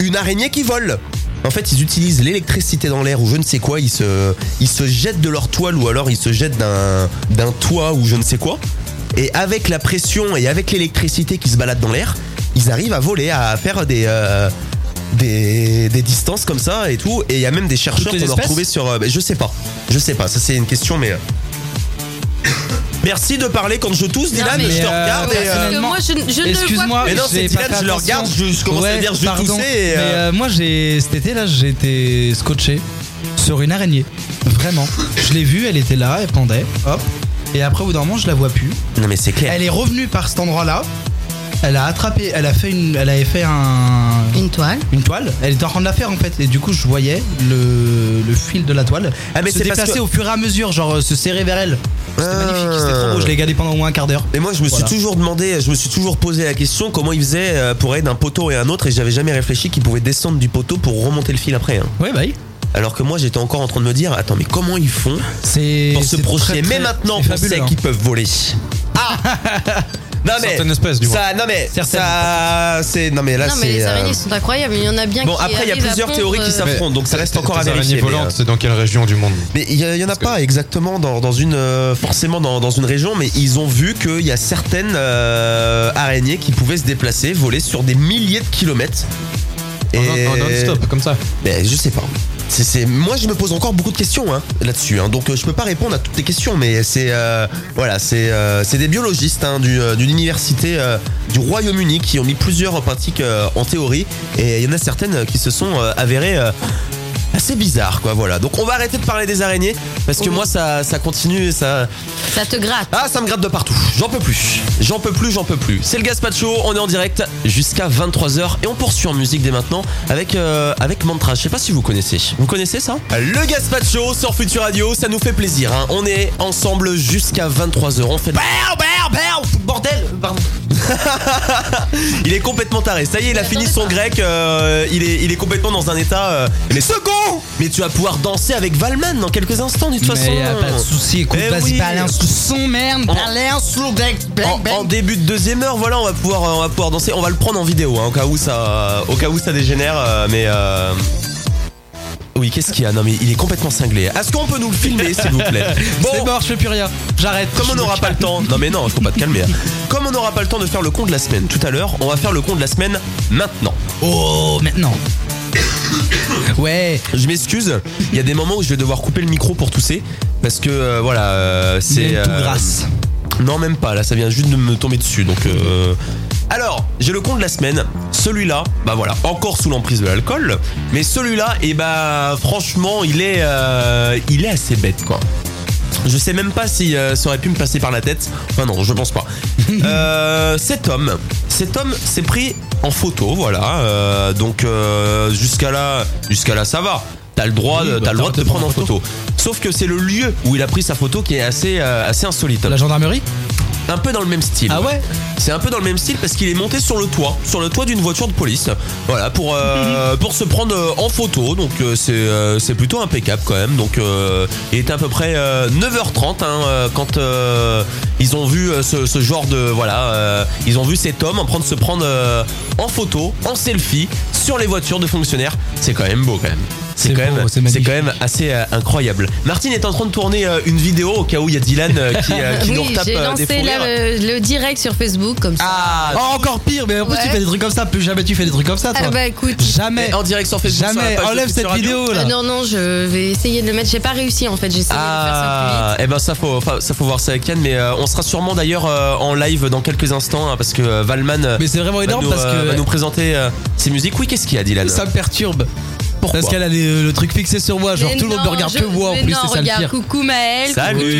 une araignée qui vole. En fait, ils utilisent l'électricité dans l'air ou je ne sais quoi. Ils se, ils se jettent de leur toile ou alors ils se jettent d'un, d'un toit ou je ne sais quoi. Et avec la pression et avec l'électricité qui se balade dans l'air, ils arrivent à voler, à faire des, euh, des, des distances comme ça et tout. Et il y a même des chercheurs
Toutes les
qu'on a
espèces
retrouvés sur. euh, ben, je sais pas. Je sais pas. Ça, c'est une question, mais. euh, Merci de parler quand je tousse, Dylan.
mais,
je te
euh,
regarde et. euh,
Parce que
personnellement,
moi je, je ne le vois
Excuse-moi,
Mais non,
j'ai
c'est
pas
Dylan,
fait
je le
attention.
regarde, je- je commence à dire, je vais
pardon.
tousser et, euh,
Mais euh, moi, j'ai cet été là, j'ai été scotché sur une araignée. Vraiment. Je l'ai vue, elle était là, elle pendait. Hop. Et après, au bout d'un moment, je la vois plus.
Non, mais c'est clair.
Elle est revenue par cet endroit-là. Elle a attrapé, elle a fait une, elle avait fait un,
Une toile.
une toile. Elle était en train de la faire en fait. Et du coup, je voyais le, le fil de la toile
Ah, mais
se
c'est parce
déplacer
que-
au fur et à mesure, genre euh, se serrer vers elle. C'était
Ah.
magnifique, c'était trop beau. Je l'ai gardé pendant au moins un quart d'heure.
Et moi, je me suis
Voilà.
toujours demandé, je me suis toujours posé la question comment ils faisaient euh, pour être d'un poteau et un autre, et j'avais jamais réfléchi qu'ils pouvaient descendre du poteau pour remonter le fil après. hein.
Ouais, bah oui.
Alors que moi, j'étais encore en train de me dire attends, mais comment ils font
C'est
pour se
c'est
projeter
très, très-
Mais maintenant,
c'est
on
fabuleux,
sait
hein.
qu'ils peuvent voler. Ah Non mais
Certaines espèces du moins.
ça, non mais
Certaines.
ça, c'est non mais là
non
c'est.
mais les
euh,
araignées sont incroyables, il y en a bien
Bon
qui
après, il y a
arrivent à
plusieurs
pondre,
théories qui
euh,
s'affrontent, donc ça reste
Tes-
encore à
tes araignées
vérifier. mais, euh,
volantes, c'est dans quelle région du monde
Mais il y, a- il y en a
Parce que-
pas exactement dans, dans une, euh, forcément dans, dans une région, mais ils ont vu qu'il y a certaines euh, araignées qui pouvaient se déplacer, voler sur des milliers de kilomètres.
En- En non-stop, comme ça.
Ben, je sais pas. c'est- c'est- Moi, je me pose encore beaucoup de questions hein, là-dessus. hein. Donc, euh, je peux pas répondre à toutes tes questions, mais c'est euh, voilà, c'est euh, c'est des biologistes hein, du, euh, d'une université euh, du Royaume-Uni qui ont mis plusieurs pratiques euh, en théorie, et il y en a certaines qui se sont euh, avérées. euh, assez bizarres quoi voilà donc on va arrêter de parler des araignées parce que
Oui.
moi ça, ça continue ça
Ça te gratte.
ah, ça me gratte de partout. J'en peux plus. J'en peux plus, j'en peux plus. C'est le Gaspacho, on est en direct jusqu'à 23h et on poursuit en musique dès maintenant avec, euh, avec Mantra. Je sais pas si vous connaissez. Vous connaissez ça Le Gaspacho sur Future Radio, ça nous fait plaisir. hein. On est ensemble jusqu'à 23h. On fait. Bam, bam, bam Bordel Pardon. il est complètement taré. Ça y est, il a fini son grec. euh, il, est, il est complètement dans un état. euh, mais second Mais tu vas pouvoir danser avec Valman dans quelques instants, de toute façon.
Mais y a pas de souci, écoute,
Eh
vas-y,
oui.
balance le son, merde,
En-
balance le deck,
En,
bang, bang.
en début de deuxième heure, voilà, on va pouvoir, on va pouvoir danser. On va le prendre en vidéo, hein, au cas où ça, au cas où ça dégénère. euh, mais euh, oui, qu'est-ce qu'il y a Non, mais il est complètement cinglé. Est-ce qu'on peut nous le filmer, s'il vous plaît
C'est
Bon,
mort, je fais plus rien. J'arrête.
comme on
Je me
n'aura pas le
calme.
temps, non mais non, faut pas te calmer. hein. Comme on n'aura pas le temps de faire le con de la semaine tout à l'heure, on va faire le con de la semaine maintenant.
Oh, maintenant. Ouais,
Je m'excuse, il y a des moments où je vais devoir couper le micro pour tousser parce que euh, voilà, euh,
c'est
c'est
tout
euh,
grâce.
Non, même pas. Là, ça vient juste de me tomber dessus. Donc, euh, alors, j'ai le compte de la semaine. Celui-là, bah voilà, encore sous l'emprise de l'alcool. Mais celui-là, et bah franchement, il est, euh, il est assez bête, quoi. Je sais même pas si euh, ça aurait pu me passer par la tête. Enfin non, je pense pas. Euh, cet homme, cet homme s'est pris en photo, voilà. Euh, donc euh, jusqu'à là, jusqu'à là, ça va. T'as le droit,
Oui,
de-
bah,
t'as le droit de te prendre en
photo.
photo. Sauf que c'est le lieu où il a pris sa photo qui est assez, euh, assez insolite
La gendarmerie
un peu dans le même style.
Ah ouais
C'est un peu dans le même style parce qu'il est monté sur le toit, sur le toit d'une voiture de police. Voilà, pour, euh, pour se prendre euh, en photo. Donc euh, c'est euh, c'est plutôt impeccable quand même. Donc euh, il était à peu près euh, 9h30 hein, euh, quand euh, ils ont vu euh, ce, ce genre de. Voilà, euh, ils ont vu cet homme en train de se prendre euh, en photo, en selfie, sur les voitures de fonctionnaires. C'est quand même beau quand même. C'est
C'est
quand,
beau,
même-
c'est
c'est
magnifique.
quand même assez euh, incroyable. Martine est en train de tourner euh, une vidéo au cas où il y a Dylan euh, qui, euh, qui nous
Oui,
retape
j'ai
euh, des
lancé
fourrures.
là, le, le direct sur Facebook comme ça.
Ah,
Oh, encore pire, mais en plus
Ouais.
tu fais des trucs comme ça, plus jamais tu fais des trucs comme ça, toi.
Ah bah écoute.
Jamais,
en direct sur Facebook. sur la
jamais,
page de
enlève
Culture
cette
Radio.
vidéo là.
euh, non, non, je vais essayer de le mettre. J'ai pas réussi en fait. J'ai essayé de faire ça plus vite.
Ah, et ben ça faut, enfin, ça faut voir ça avec Yann, mais euh, on sera sûrement d'ailleurs euh, en live dans quelques instants hein, parce que euh, Valman euh,
Mais c'est vraiment
va,
énorme
nous,
parce
euh, va nous
que
présenter euh, ses musiques. Oui, qu'est-ce qu'il y a, Dylan
ça me perturbe.
Pourquoi
Parce qu'elle a les- le truc fixé sur moi, genre
Mais
tout le monde
non,
me regarde
je-
que moi en
mais
plus,
non,
c'est ça le
regarde,
pire.
Coucou Maël,
Salut.
coucou tout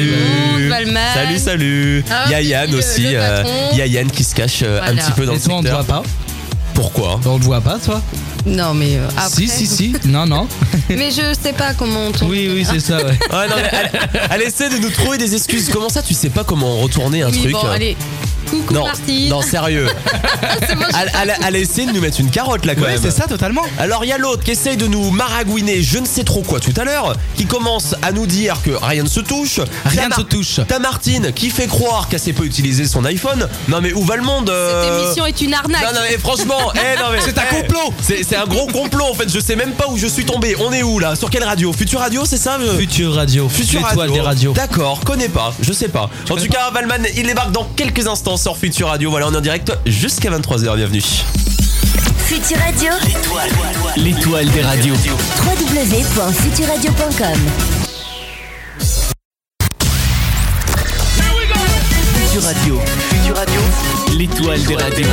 le monde, Valman.
Salut, salut.
Ah,
Il y a
puis
Yann
le-
aussi.
le
euh,
patron.
Il y a Yann qui se cache euh, un
Voilà.
petit peu dans
Et
le
toi on te
secteur.
voit pas
Pourquoi
On te voit pas toi
Non mais euh, après-
Si si si, non non.
Mais je sais pas comment on tourne.
Oui oui c'est ça ouais.
Ouais, Ah, non, mais elle, elle essaie de nous trouver des excuses. Comment ça, tu sais pas comment retourner un
Oui,
truc
bon,
euh,
allez. Coucou
Non,
Martine.
non, sérieux.
c'est bon, j'ai-
elle, elle- elle essaie de nous mettre une carotte là quand
Ouais bah.
même.
c'est ça totalement.
Alors il y a l'autre qui essaye de nous maragouiner je ne sais trop quoi tout à l'heure, qui commence à nous dire que rien ne se touche. T'as
Rien ne se
Mar-
touche.
T'as Martine qui fait croire qu'elle sait pas utiliser son iPhone. Non mais où va le monde
Cette
euh,
émission est une arnaque.
non, non, mais franchement, eh, non, mais,
C'est un
eh,
complot.
C'est c'est un gros complot en fait, je sais même pas où je suis tombé. On est où là Sur quelle radio Future Radio, c'est ça euh
Future radio,
Future
l'étoile
Radio.
des radios.
D'accord, connais pas, je sais pas. En tout cas, Valman, il débarque dans quelques instants sur Future Radio. Voilà, on est en direct jusqu'à 23h. Bienvenue.
Futur Radio,
L'étoile des radios.
www.futurradio.com.
Futur Radio. Futur Radio. L'étoile des radios.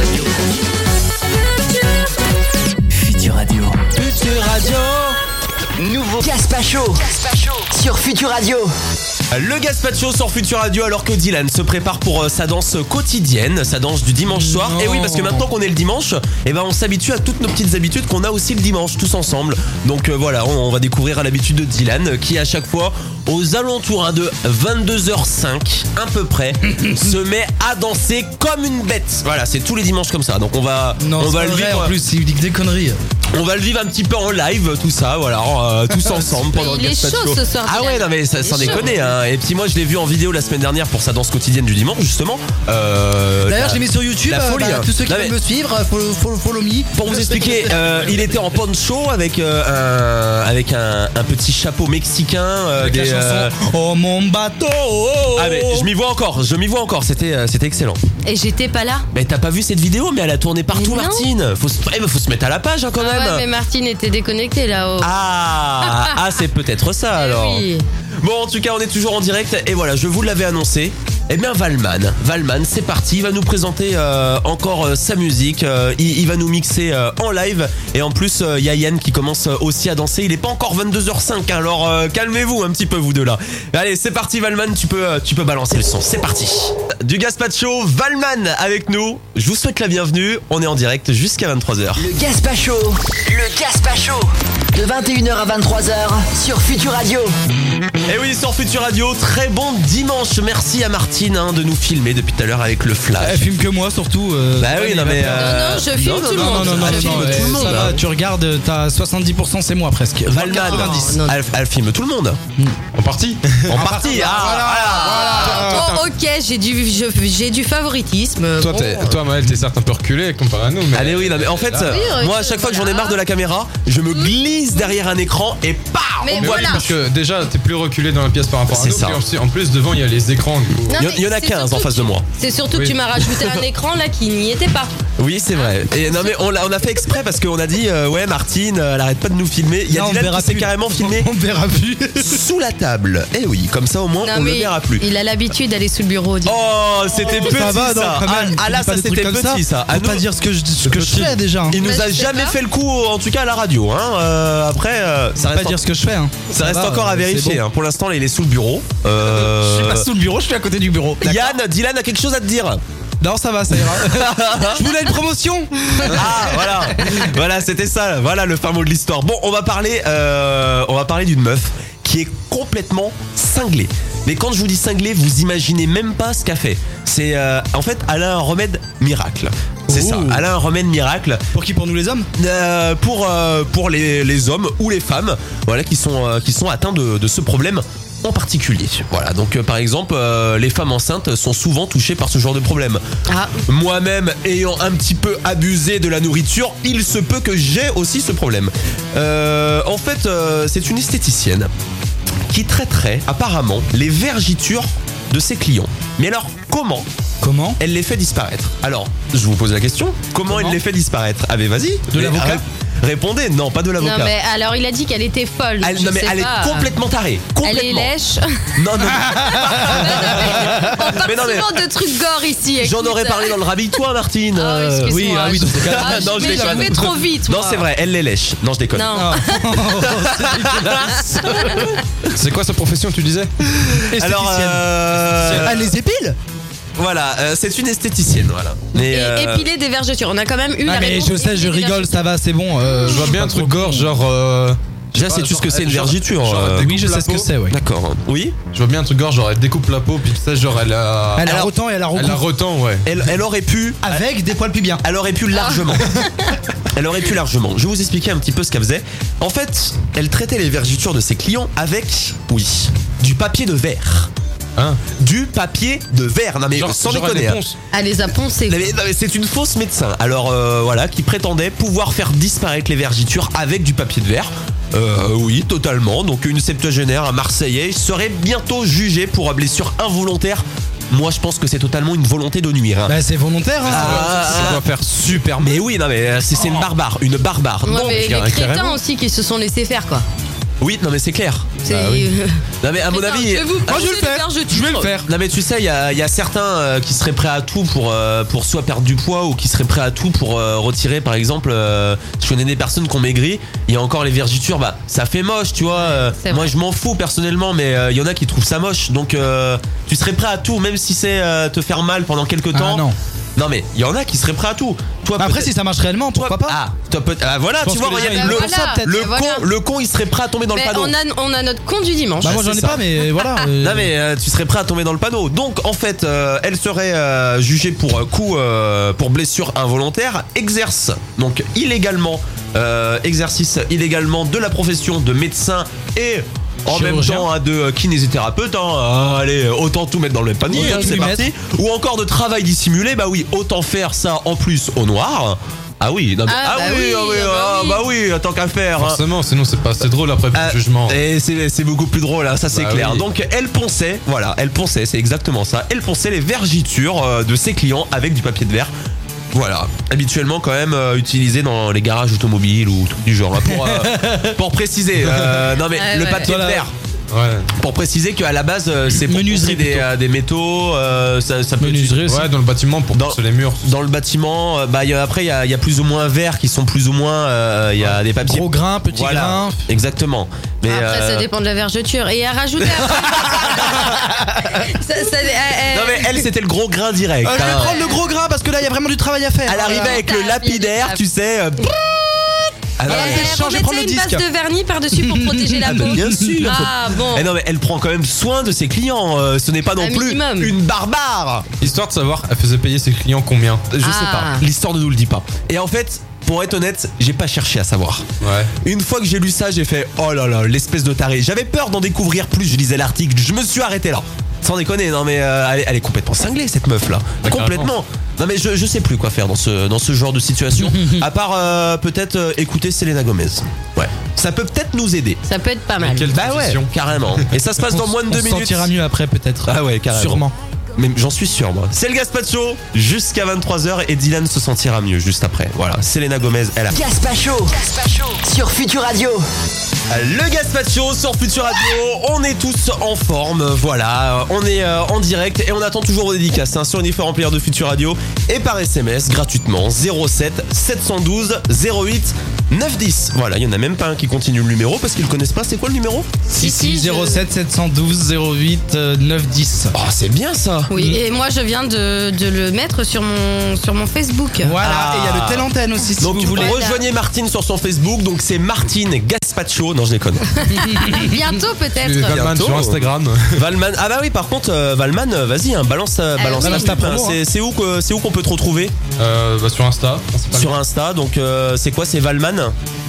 Futur Radio.
Future radio.
Nouveau Gaspacho. Sur Futur Radio.
Le Gaspacho sur Future Radio alors que Dylan se prépare pour euh, sa danse quotidienne, sa danse du dimanche soir.
Non.
Et oui, parce que maintenant qu'on est le dimanche, eh ben on s'habitue à toutes nos petites habitudes qu'on a aussi le dimanche tous ensemble. Donc euh, voilà, on, on va découvrir à l'habitude de Dylan euh, qui à chaque fois aux alentours hein, de 22h05 à peu près se met à danser comme une bête. Voilà, c'est tous les dimanches comme ça. Donc on va
Non
on
c'est
va
pas
le
vrai,
vivre Euh,
en plus il dit que des conneries.
on va le vivre un petit peu en live tout ça, voilà, euh, tous ensemble pendant
Il
le
est
Gaspacho.
chaud ce soir,
Ah
Dylan.
ouais, non mais ça,
Il est
sans
chaud.
déconner. Hein. Et puis moi, je l'ai vu en vidéo la semaine dernière pour sa danse quotidienne du dimanche, justement. Euh,
D'ailleurs
la-
j'ai mis sur YouTube.
la
euh,
folie,
bah,
hein.
Tous ceux qui
Non, mais-
veulent me suivre, euh, follow, follow, follow me.
Pour vous expliquer, euh, il était en poncho avec euh, un avec un, un petit chapeau mexicain, euh,
Avec la
des,
chanson
euh,
Oh mon bateau
Ah mais je m'y vois encore, je m'y vois encore, c'était euh, c'était excellent.
Et j'étais pas là.
Mais t'as pas vu cette vidéo mais elle a tourné partout
Mais non.
Martine. Faut se, eh ben, faut se mettre à la page hein, quand
Ah ouais, mais
même.
Martine était déconnectée là-haut.
Ah, ah c'est peut-être ça
Eh
alors.
oui.
Bon en tout cas on est toujours en direct et voilà je vous l'avais annoncé. Eh bien Valman, Valman c'est parti, il va nous présenter euh, encore euh, sa musique, Euh, il, il va nous mixer euh, en live et en plus euh, il y a Yann qui commence euh, aussi à danser, il est pas encore 22h05 alors euh, calmez-vous un petit peu vous deux là. Allez c'est parti Valman, tu peux, euh, tu peux balancer le son, c'est parti. Du Gaspacho, Valman avec nous, je vous souhaite la bienvenue, on est en direct jusqu'à 23h.
Le Gaspacho. Le Gaspacho. De 21h à 23h sur Futur Radio.
Et Eh oui, sur Futur Radio, très bon dimanche. Merci à Martine hein, de nous filmer depuis tout à l'heure avec le flash.
Elle filme Eh, que moi surtout. euh,
bah oui, non mais. euh,
Non, non, je filme tout le
Non, non,
monde.
non, non,
elle
non,
filme
non,
tout
eh,
le monde.
ça va, tu regardes, euh, t'as 70% c'est moi presque.
Valman,
90.
non.
Elle, elle filme tout le monde.
En partie
En partie. Ah,
Oh, ok, j'ai du, je- j'ai du favoritisme.
Toi,
Bon.
t'es- toi Maël, t'es certes un peu reculé comparé à nous, mais.
voilà. Allez oui, non mais en fait, euh,
Oui, euh,
moi à chaque fois que j'en ai
voilà.
marre de la caméra, je me glisse derrière un écran et paf.
Mais
on
Mais
voit
oui,
voilà.
parce que déjà, t'es plus reculé dans la pièce par rapport à
C'est
nous.
ça.
puis aussi, en plus, devant, il y a les écrans. du coup.
Non,
Il y-
mais
il y en a
c'est
15 en
surtout
face de
que-
moi.
C'est surtout
Oui.
que tu m'as rajouté un écran là qui n'y était pas.
Oui, c'est vrai. Et non mais on, l'a- on a fait exprès parce qu'on a dit euh, ouais Martine, euh, elle arrête pas de nous filmer. Il y a
Non, on
Dylan
verra
qui s'est
plus.
carrément filmé
On verra plus.
sous la table. Eh oui, comme ça au moins
Non,
on le
mais
verra plus.
Il a l'habitude d'aller sous le bureau. dis-
Oh, c'était petit ça.
ça va, non, quand
Ah,
même.
ah, là,
dis pas
ça
des trucs
c'était
comme
petit ça. Ah,
Faut pas
nous,
dire ce que je, ce que je
petit.
fais déjà. hein.
Il nous
Bah,
a
je sais
jamais
pas.
fait le coup, en tout cas à la radio. Hein. Euh, après, euh, ça
Faut
reste,
pas dire ce que je fais. hein.
ça reste
va,
encore à
euh, c'est
vérifier.
bon.
hein. Pour l'instant, il est sous le bureau. Euh,
Je suis pas sous le bureau, je suis à côté du bureau.
Yann, Dylan a quelque chose à te dire.
Non, ça va, ça ira. je voulais une promotion.
Ah voilà, voilà c'était ça, voilà le fin mot de l'histoire. Bon, on va parler, euh, on va parler d'une meuf qui est complètement cinglée. Mais quand je vous dis cinglée, vous imaginez même pas ce qu'elle fait. C'est euh, en fait, elle a un remède miracle. C'est ça,
Ouh.
elle a un remède miracle.
Pour qui Pour nous les hommes
Euh, pour euh, pour les, les hommes ou les femmes voilà qui sont euh, qui sont atteints de, de ce problème en particulier voilà donc euh, par exemple euh, les femmes enceintes sont souvent touchées par ce genre de problème
Ah,
moi-même ayant un petit peu abusé de la nourriture il se peut que j'ai aussi ce problème Euh, en fait euh, c'est une esthéticienne qui traiterait apparemment les vergitures de ses clients mais alors comment
Comment
elle les fait disparaître. Alors, je vous pose la question. Comment, elle les fait disparaître Ah ben vas-y.
De
Mais
l'avocat
arrête- Répondez. Non, pas de
non,
l'avocat.
mais alors il a dit qu'elle était folle.
Oh,
donc
Elle,
je
non, mais
sais
elle
pas.
est complètement tarée.
Elle
Complètement.
est lèche.
Non, non, mais
On parle
Mais non, mais-
souvent de trucs gore ici.
j'en
écoute.
aurais parlé dans le rabille-toi, Martine.
Ah,
Euh,
excuse-moi.
oui, ah oui, dans ce cas-là.
Ah,
non, je
mais je
déconne.
vais trop vite.
Non,
moi.
c'est vrai, elle les lèche. Non, je déconne.
Non.
Ah.
C'est quoi sa profession, tu disais
Alors, euh,
Elle Ah, les épile
voilà, euh, c'est une esthéticienne, voilà.
Et
Mais, euh,
épiler des vergetures. On a quand même eu la
Ah, mais
réponse
je sais, je
épiler des
rigole,
vergetures.
ça va, c'est bon. euh,
Je vois bien un truc gore, genre. euh,
Ah,
déjà,
je sais pas,
sais-tu ce que
genre,
c'est une
genre-
vergiture
genre,
euh,
elle
Oui, je
coupe
sais
la
ce que
peau.
c'est, ouais.
D'accord. Oui
Je vois bien un truc gore, genre elle découpe la peau, puis tu sais, genre elle a.
Elle a
Alors-
autant et elle a
Elle la
recoupe.
retend, ouais.
elle, elle aurait pu
Avec des poils pubiens.
Elle aurait pu largement.
Ah.
elle aurait pu largement. Je vais vous expliquer un petit peu ce qu'elle faisait. En fait, elle traitait les vergitures de ses clients avec, oui, du papier de verre.
Hein
Du papier de verre. Non mais sans
genre, elle
déconner. hein.
défonce.
Elle les a poncées.
Non, mais- non, mais C'est une fausse médecin. Alors euh, voilà, qui prétendait pouvoir faire disparaître les vergitures avec du papier de verre. Euh, oui, totalement. Donc une septuagénaire, un Marseillais, serait bientôt jugé pour blessure involontaire. Moi, je pense que c'est totalement une volonté de nuire. hein.
Bah, c'est volontaire. hein.
Ah,
Ça doit faire super mal.
Mais oui, non, mais euh, c'est c'est une barbare, une barbare.
Ouais,
Non,
mais
car-
les crétins
carrément.
aussi qui se sont laissés faire quoi.
Oui, non, mais c'est clair.
C'est-
Bah oui. Non, mais à mon
Putain,
avis. euh,
je vais vous
Moi, je vais
pousser
le
des
faire.
vergetures.
Je vais le faire.
Non, mais tu sais, il y a, il y a certains euh, qui seraient prêts à tout pour, euh, pour soit perdre du poids ou qui seraient prêts à tout pour euh, retirer, par exemple, euh, je connais des personnes qui ont maigri, il y a encore les vergitures, bah ça fait moche, tu vois. euh,
c'est
moi,
vrai.
je m'en fous personnellement, mais euh, il y en a qui trouvent ça moche. Donc, euh, tu serais prêt à tout, même si c'est euh, te faire mal pendant quelques
Ah,
temps.
non.
Non, mais il y en a qui seraient prêts à tout. Toi,
Bah, Après,
peut-être-
si ça marche réellement,
toi,
pourquoi pas Bah,
Ah, toi, peut- ah, voilà,
pense
tu vois,
que les gens,
regarde,
ils
le,
le font ça, peut-être.
le
Mais voilà.
con, le con, il serait prêt à tomber dans
Mais
le panneau.
on a, on a notre con du dimanche.
Bah, moi, j'en ai
Ah, c'est ça.
pas, mais voilà. euh,
Non mais euh, tu serais prêt à tomber dans le panneau. Donc en fait, euh, elle serait euh, jugée pour euh, coup euh, pour blessure involontaire, exerce donc illégalement euh, exercice illégalement de la profession de médecin et en même
Chirurgien.
temps hein, de euh, kinésithérapeute. hein. Ah, allez, autant tout mettre dans le panier,
Autant
hein,
tout
c'est
y
parti. Ou encore de travail dissimulé. Bah oui, autant faire ça en plus au noir. Ah oui, non, mais-
Ah, bah oui,
ah oui,
ah
ah, bah
bah
oui, tant qu'à faire. hein.
Forcément, sinon c'est pas assez drôle après pour
Ah,
le jugement.
Et c'est c'est beaucoup plus drôle, hein, ça c'est
Bah
clair.
oui.
Donc elle ponçait, voilà, elle ponçait, c'est exactement ça. Elle ponçait les vergitures euh, de ses clients avec du papier de verre. Voilà, habituellement quand même euh, utilisé dans les garages automobiles ou trucs du genre. hein, pour, euh, pour préciser, euh, non mais
Ouais,
le
ouais.
papier
Voilà.
de verre.
Ouais.
Pour préciser qu'à la base euh, c'est pour
Menuiserie
poncer des,
plutôt.
euh, des métaux, euh, ça, ça peut être
Menuiserie aussi.
Ouais, dans le bâtiment pour
Dans-
pousser les murs.
dans le bâtiment, euh, bah, il y a- après, il y a, il y a plus ou moins verts qui sont plus ou moins. euh, Il y a des papiers.
Gros grain, petit
Voilà,
grain.
Exactement. Mais,
Après,
euh,
ça dépend de la vergeture. Et à rajouter. après- ça, ça- euh, euh,
Non, mais elle, c'était le gros grain direct.
Euh, je vais
hein.
prendre le gros grain parce que là il y a vraiment du travail à faire.
Elle arrivait
Voilà.
avec le
Tape, il y
lapidaire,
a
tu
des
sais. euh, Ah, non,
Et
mais-
elle
je change, je
remettait
prends le
une
disque.
base de vernis par-dessus pour protéger la
Ah,
peau.
bah, bien sûr.
Ah bon.
Eh non, mais elle prend quand même soin de ses clients. euh, ce n'est pas non
Un
plus
minimum.
une barbare.
Histoire de savoir, elle faisait payer ses clients combien.
Je sais
Ah.
pas. L'histoire ne nous le dit pas. Et en fait, pour être honnête, j'ai pas cherché à savoir.
Ouais.
Une fois que j'ai lu ça, j'ai fait oh là là, l'espèce de taré. J'avais peur d'en découvrir plus, je lisais l'article, je me suis arrêté là. Sans déconner, non mais euh, elle, est- elle est complètement cinglée cette meuf là.
Ah,
complètement. Non mais je, je sais plus quoi faire dans ce, dans ce genre de situation. à part euh, peut-être euh, écouter Selena Gomez. Ouais. Ça peut peut-être nous aider.
Ça peut être pas mal.
Quelle
Bah ouais,
transition.
carrément. Et ça se passe dans
On-
moins de
on
deux
se
minutes.
sentira mieux après peut-être.
Ah ouais, carrément.
Sûrement.
Mais j'en suis sûr, moi. C'est le Gaspacho jusqu'à 23h et Dylan se sentira mieux juste après. Voilà, Selena Gomez, elle a
Gaspacho. Sur Futur Radio.
Le Gaspacho sur Future Radio, on est tous en forme, voilà, on est euh, en direct et on attend toujours vos dédicaces hein, sur les différents players de Future Radio et par SMS gratuitement 07 712 08 910. Voilà, il y en a même pas un qui continue le numéro parce qu'ils le connaissent pas, c'est quoi le numéro
Si, si,
je-
07 712 08 euh, 910.
Oh, c'est bien ça.
Oui, et moi je viens de, de le mettre sur mon, sur mon Facebook.
Voilà,
Ah.
et il y a le tel antenne aussi si
Donc
vous voulez.
rejoignez Martine sur son Facebook, donc c'est Martine Gaspacho, non je déconne.
Bientôt peut-être.
Les Valman
Bientôt.
sur Instagram.
Valman, ah bah oui par contre euh, Valman, euh, vas-y, hein, balance, euh, balance,
balance
ta
ta
pub, hein.
promo, hein.
C'est- C'est où que- c'est où qu'on peut te retrouver
Euh, bah, sur Insta. principalement.
sur Insta. Donc euh, c'est quoi C'est Valman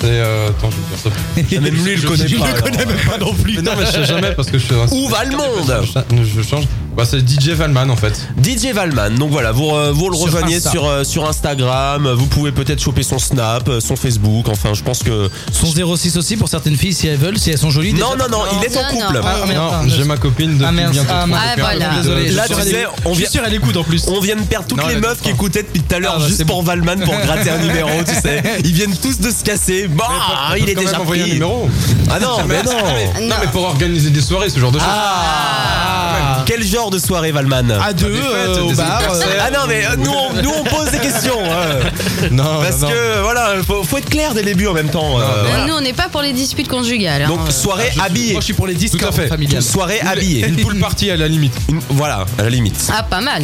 Et, euh, attends, je vais dire ça.
Même Ah, lui, il le connaît
Je
pas,
le
alors.
connais même pas non plus. Mais non, mais je sais jamais parce que je suis.
Où va le monde
Je je change. Bah, c'est DJ Valman en fait.
DJ Valman. Donc voilà, vous, euh, vous le
Sur
rejoignez
Insta.
sur, euh, sur Instagram. Vous pouvez peut-être choper son Snap, euh, son Facebook. Enfin, je pense que.
Son 06 aussi pour certaines filles si elles veulent, si elles sont jolies.
Non,
déjà.
non, non, il est en
Non, non.
couple.
Ah, merde,
non,
pardon.
j'ai ma copine depuis
Ah merde,
bientôt
ah,
trois
merde.
ans.
Ah, voilà.
Désolé,
Là,
je suis
tu
sûr, elle
sais,
est-
on
je suis
vient-
sûr, elle écoute en plus.
On vient de perdre toutes
Non,
les
elle
meufs
adore
qui
pas.
écoutaient depuis tout à l'heure
Ah, bah,
juste
c'est
pour Valman pour gratter un numéro, tu sais. Ils viennent tous de se casser. Bah, il est
Quand même
déjà
envoyer un
pris.
numéro.
Ah non, mais non.
Non. mais pour organiser des soirées, ce genre de choses.
Ah. Quel genre de soirée, Valman
À deux,
des fêtes,
euh, au
des
bar. euh,
Ah non, mais euh, nous on, nous, on pose des questions. euh.
non,
Parce
Oh, non, non.
que voilà, faut, faut être clair dès le début en même temps. euh,
non.
voilà.
Nous on n'est pas pour les disputes conjugales. hein.
Donc soirée
je suis-
habillée.
Moi, je suis pour les disques
Tout à fait.
familiales.
Soirée
Une-
habillée.
Une pool party à la limite.
Une- voilà, à la limite.
Ah pas mal.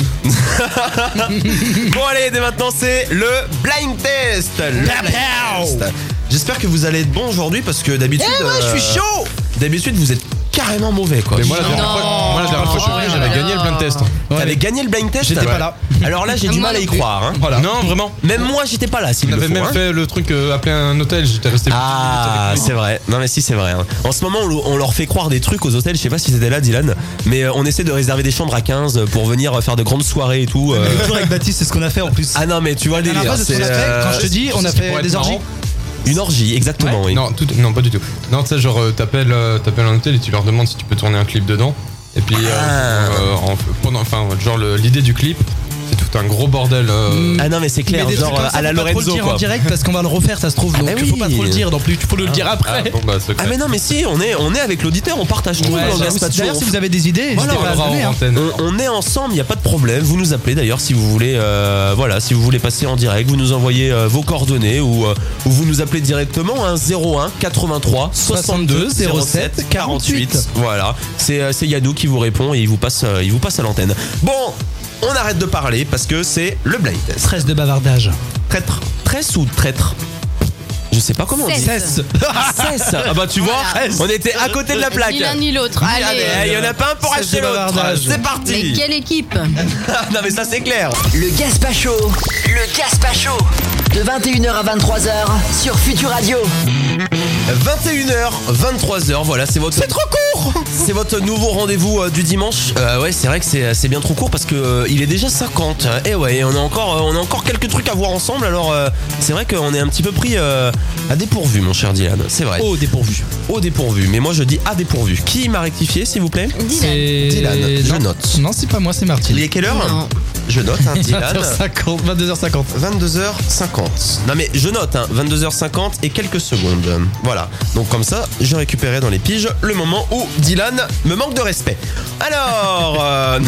Bon allez, dès maintenant c'est le blind test. Le blind test. J'espère que vous allez être bon aujourd'hui parce que d'habitude. je suis chaud. D'habitude vous êtes carrément mauvais quoi.
Mais moi, la dernière
Non.
fois, moi, la dernière fois que je suis venu,
Oh,
j'avais
là
gagné le
là.
plein de tests.
T'avais gagné le blind test.
J'étais pas là.
Alors là j'ai du
Moi
mal à y
non plus.
croire. hein.
Voilà. Non, vraiment.
Même moi j'étais pas là. s'il
On
le
avait
faut,
même
hein.
fait le truc euh, appeler un hôtel, j'étais resté.
Ah, c'est vrai. Non, mais si, c'est vrai. hein. En ce moment, on on leur fait croire des trucs aux hôtels. Je sais pas si c'était là, Dylan. Mais euh, on essaie de réserver des chambres à 15 pour venir euh, faire de grandes soirées et tout. euh.
Toujours avec Baptiste, c'est ce qu'on a fait en plus.
Ah non, mais tu vois le
À la
délire.
base, c'est ce
C'est
qu'on a fait,
euh,
quand je te dis, on a
ce qui
fait
pourrait
des
être
orgies.
marrant.
une orgie, exactement. oui.
Non, tout, non, pas du tout. Non, tu sais, genre, euh, t'appelles, euh, t'appelles un hôtel et tu leur demandes si tu peux tourner un clip dedans. Et puis, euh,
Ah.
euh, en- pendant, enfin, genre, le- l'idée du clip, c'est tout un gros bordel. euh,
Ah non, mais c'est
Mais
clair.
des trucs
Genre
comme
euh,
ça,
à la
faut pas trop le
Lorenzo,
dire en
quoi.
direct parce qu'on va le refaire, ça se trouve. Donc
Ah
faut
oui.
pas trop le dire non plus. Faut nous le dire après.
ah, bon, bah, secret.
Ah, mais non, mais si, on est, on est avec l'auditeur, on partage tout
Ouais,
dans le
j'avoue,
Gaspacho.
D'ailleurs, si vous avez des idées,
Voilà,
n'hésitez
on
pas à
aura en
donner. hein.
antenne.
On, on est ensemble, il n'y a pas de problème. Vous nous appelez d'ailleurs si vous voulez, euh, voilà, si vous voulez passer en direct, vous nous envoyez euh, vos coordonnées ou, euh, ou vous nous appelez directement hein, 01 83 62 07 48. Voilà, c'est euh, c'est Yannou qui vous répond et il vous passe, euh, il vous passe à l'antenne. Bon, on arrête de parler parce que c'est le blind test.
Stress de bavardage.
Traître, tresse ou traître Je sais pas comment on dit.
Cesse.
Stress.
Cesse. Ah bah tu vois,
Voilà.
on était à côté de la plaque.
Ni l'un ni l'autre.
Ah, mais,
Allez.
eh, il y en a pas un pour
Cesse
acheter
de
l'autre.
bavardage.
C'est parti.
Mais quelle équipe
Ah, non mais ça c'est clair.
Le Gaspacho. Le Gaspacho. de 21h à 23h sur Futur Radio.
21h, 23h, voilà, c'est votre. C'est trop court C'est votre nouveau rendez-vous euh, du dimanche. Euh, ouais, c'est vrai que c'est c'est bien trop court parce que euh, il est déjà 50. Et ouais, et on a encore, euh, on a encore quelques trucs à voir ensemble. Alors, euh, c'est vrai qu'on est un petit peu pris euh, à dépourvu, mon cher Dylan. C'est vrai.
Oh, dépourvu.
Au dépourvu. Mais moi, je dis à dépourvu. Qui m'a rectifié, s'il vous plaît
C'est.
Dylan, je
Non.
note.
Non, c'est pas moi, c'est Martine.
Il est quelle heure
Non.
Je note, hein, Dylan.
22h50. 22h50.
22h50. Non mais je note, hein, 22h50 et quelques secondes. Voilà. Donc comme ça, j'ai récupéré dans les piges le moment où Dylan me manque de respect. Alors, euh,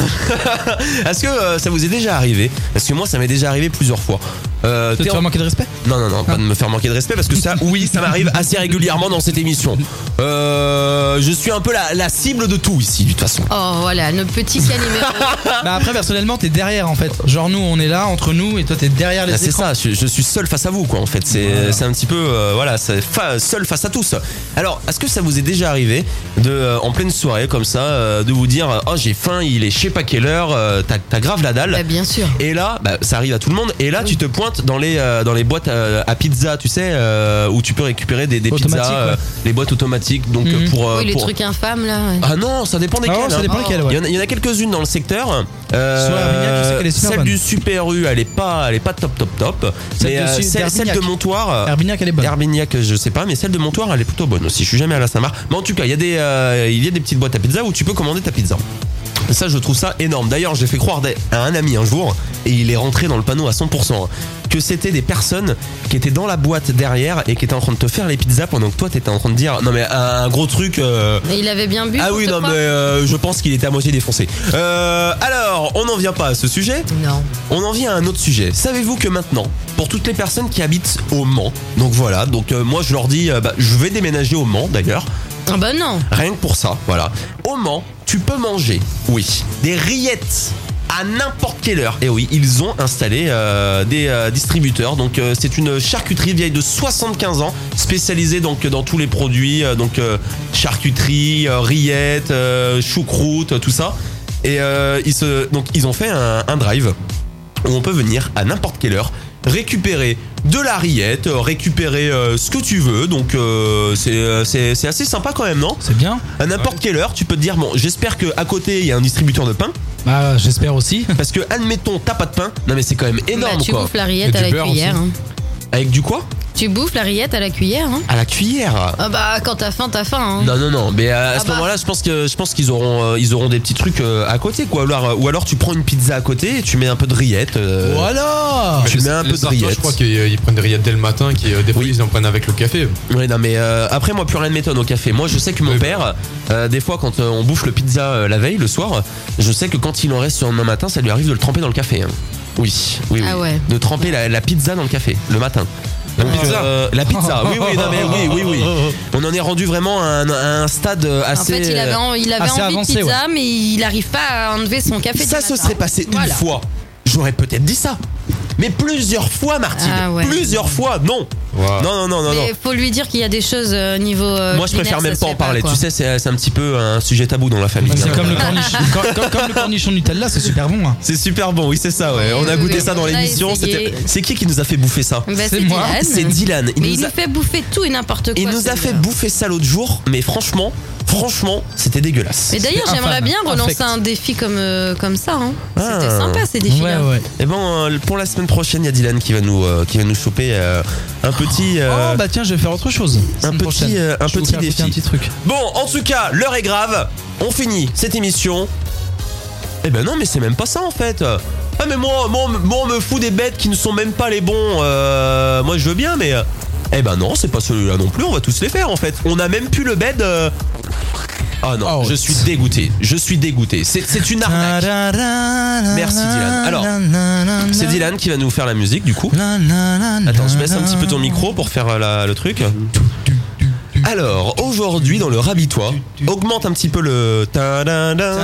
est-ce que euh, ça vous est déjà arrivé Parce que moi, ça m'est déjà arrivé plusieurs fois. Euh,
Tu
t'es en-
vas manquer de respect
non, non, non, pas de me faire manquer de respect parce que ça, oui, ça m'arrive assez régulièrement dans cette émission. Euh, je suis un peu la, la cible de tout ici, de toute façon.
Oh voilà, notre petit caliméro.
Ah.
Bah après personnellement t'es derrière en fait. Genre nous on est là entre nous et toi t'es derrière les
Ah, c'est
écrans.
ça, je, je suis seul face à vous, quoi, en fait. C'est c'est un petit peu, euh, voilà, c'est fa- seul face à tous. Alors, est-ce que ça vous est déjà arrivé, de, euh, en pleine soirée, comme ça, euh, de vous dire, euh, oh, j'ai faim, il est je sais pas quelle heure, euh, t'as t'as grave la dalle
Bah, bien sûr.
et là, bah, ça arrive à tout le monde. Et là, tu te pointes dans les euh, dans les boîtes euh, à pizza, tu sais, euh, où tu peux récupérer des, des
Automatique,
pizzas, euh,
ouais.
les boîtes automatiques. Donc
Mhm.
pour, euh,
oui, les
pour-
trucs infâmes là. ouais.
ah non, ça dépend desquelles.
Ah ouais, ça
hein.
dépend lesquelles,
Il
ouais.
y en a- il y en a, quelques-unes dans le secteur. Euh,
Sur Armagnac, je sais qu'elle est super
celle
bonne.
du Super U, elle est pas, elle est pas top top top.
Celle
Mais,
de-
euh,
celle
celle, celle de
d'Herbignac.
Montoire.
Herbignac elle est bonne.
Herbignac, je sais pas, mais celle de Montoire, elle est plutôt bonne aussi. Je suis jamais allé à Saint-Marc. Mais en tout cas, il y, a des, euh, il y a des petites boîtes à pizza où tu peux commander ta pizza. Et Ça, je trouve ça énorme. D'ailleurs, j'ai fait croire des- à un ami un jour, et il est rentré dans le panneau à 100%, hein, que c'était des personnes qui étaient dans la boîte derrière et qui étaient en train de te faire les pizzas pendant que toi, t'étais en train de dire Non, mais un gros truc. euh,
Mais il avait bien bu.
ah
pour
oui,
te
non, mais
croire
euh, je pense qu'il était à moitié défoncé. Euh, alors, on n'en vient pas à ce sujet,
Non.
on en vient à un autre sujet. Savez-vous que maintenant, pour toutes les personnes qui habitent au Mans, donc voilà, donc euh, moi je leur dis, euh, bah, je vais déménager au Mans d'ailleurs,
Ah bah non.
rien que pour ça, voilà. Au Mans, tu peux manger, oui, des rillettes à n'importe quelle heure. Et oui, ils ont installé euh, des euh, distributeurs. Donc euh, c'est une charcuterie vieille de 75 ans, spécialisée donc dans tous les produits, euh, donc euh, charcuterie, euh, rillettes, euh, choucroute, euh, tout ça. Et euh, ils se, donc ils ont fait un, un drive où on peut venir à n'importe quelle heure récupérer de la rillette, euh, récupérer euh, ce que tu veux. Donc euh, c'est euh, c'est- c'est assez sympa quand même, non
C'est bien.
À n'importe quelle heure, tu peux te dire bon, j'espère que à côté il y a un distributeur de pain,
Bah j'espère aussi.
parce que admettons t'as pas de pain. Non mais c'est quand même énorme
Bah, tu
quoi.
bouffes la rillette
Et
à
du
la
beurre
cuillère.
aussi.
hein.
Avec du quoi
Tu bouffes la rillette à la cuillère. hein.
À la cuillère.
Ah bah quand t'as faim, t'as faim. hein.
Non non non, mais euh, à
Ah
ce
bah.
moment-là, je pense que je pense qu'ils auront euh, ils auront des petits trucs euh, à côté quoi. Ou alors, euh, ou alors tu prends une pizza à côté et tu mets un peu de rillette. euh,
Voilà.
Tu
Mais
mets
les-
un peu
les
de
Artois,
rillettes.
Je crois qu'ils euh, ils prennent des rillettes dès le matin, qui euh, des fois
Oui.
ils en prennent avec le café.
Ouais, non, mais euh, après, moi, plus rien ne m'étonne au café. Moi, je sais que mon
Oui.
père, euh, des fois, quand euh, on bouffe le pizza euh, la veille, le soir, je sais que quand il en reste le lendemain matin, ça lui arrive de le tremper dans le café. hein. Oui, oui, oui.
Ah ouais.
De tremper la, la pizza dans le café, le matin. La
pizza
La pizza, oui, oui, non, mais oui, oui, oui. On en est rendu vraiment à un, à un stade euh,
En
assez.
fait, il avait, en- il avait
assez
envie
avancé,
de pizza, mais il arrive pas à enlever son café.
Ça
du
se
matin.
serait passé une
Voilà.
fois. J'aurais peut-être dit ça. Mais plusieurs fois, Martine.
Ah ouais.
Plusieurs fois, non.
Waouh.
Non, non, non, non, non.
Mais faut lui dire qu'il y a des choses euh, niveau. euh,
Moi, je
culinaire,
préfère même
ça se
pas en
fait pas,
parler.
quoi.
Tu sais, c'est c'est un petit peu un sujet tabou dans la famille.
Bah, C'est
hein.
comme le cornichon. comme, comme- comme le cornichon Nutella, c'est super bon. hein.
C'est super bon, oui, c'est ça, ouais.
Oui,
On a
oui,
goûté
oui,
ça dans
on l'a
l'émission.
essayé.
c'était- C'est qui qui nous a fait bouffer ça
Bah,
C'est
c'est
moi.
Dylan.
C'est Dylan. Il
Mais il
nous
nous
a,
fait bouffer tout et n'importe quoi.
il nous a
celui-là.
fait bouffer ça l'autre jour, mais franchement, franchement, c'était dégueulasse.
Mais d'ailleurs,
C'était
j'aimerais
infâme,
bien relancer
infect.
un défi comme, euh, comme ça. hein. C'était
Ah.
sympa ces
Ouais
défis-là.
ouais.
Et ben, euh, pour la semaine prochaine, il y a Dylan qui va nous, euh, qui va nous choper euh, un petit. euh,
Oh bah tiens je vais faire autre chose. Semaine
petit,
prochaine.
euh, un
Je vais vous
petit
faire goûter
défi.
Un petit truc.
Bon, en tout cas, l'heure est grave. On finit cette émission. Eh ben non, mais c'est même pas ça en fait. Ah mais moi, moi, on me- moi, on me fout des bêtes qui ne sont même pas les bons. Euh, moi je veux bien, mais euh, eh ben non, c'est pas celui-là non plus. On va tous les faire en fait. On a même plus le bed. euh. Ah non,
Oh.
je suis dégoûté. Je suis dégoûté. C'est- C'est une arnaque. Ah, Merci,
Merci
Dylan. Alors, C'est Dylan qui va nous faire la musique du coup. Attends,
Attends,
je baisse un petit peu ton micro pour faire euh, la- le truc. Alors, aujourd'hui dans le rabitoire, augmente un petit peu le. ta-da-da.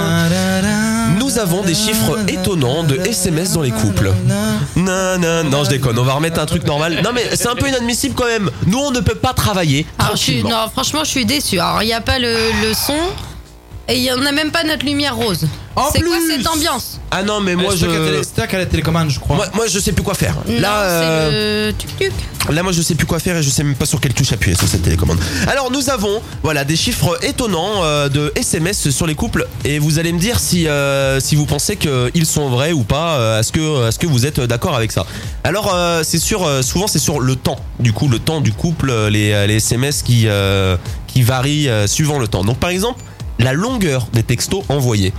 Nous avons des chiffres étonnants de SMS dans les couples. Non, non, non, je déconne, on va remettre un truc normal. Non, mais c'est un peu inadmissible quand même. Nous, on ne peut pas travailler
Alors, Ah, je suis-
tranquillement.
non, franchement, je suis déçu. Alors, il n'y a pas le, le son et il n'y en a même pas notre lumière rose.
En
C'est quoi
plus
cette ambiance
Ah non, mais moi
Moi,
je.
C'était à la télécommande, je crois.
Moi, moi, je sais plus quoi faire. Là,
Là,
euh,
c'est le tuk-tuk.
Là, moi, je sais plus quoi faire et je sais même pas sur quelle touche appuyer sur cette télécommande. Alors, nous avons, voilà, des chiffres étonnants euh, de SMS sur les couples et vous allez me dire si euh, si vous pensez qu'ils sont vrais ou pas. euh, Est-ce que est-ce que vous êtes d'accord avec ça Alors, euh, c'est sur euh, souvent c'est sur le temps. Du coup, le temps du couple, euh, les, euh, les SMS qui euh, qui varient euh, suivant le temps. Donc, par exemple, la longueur des textos envoyés.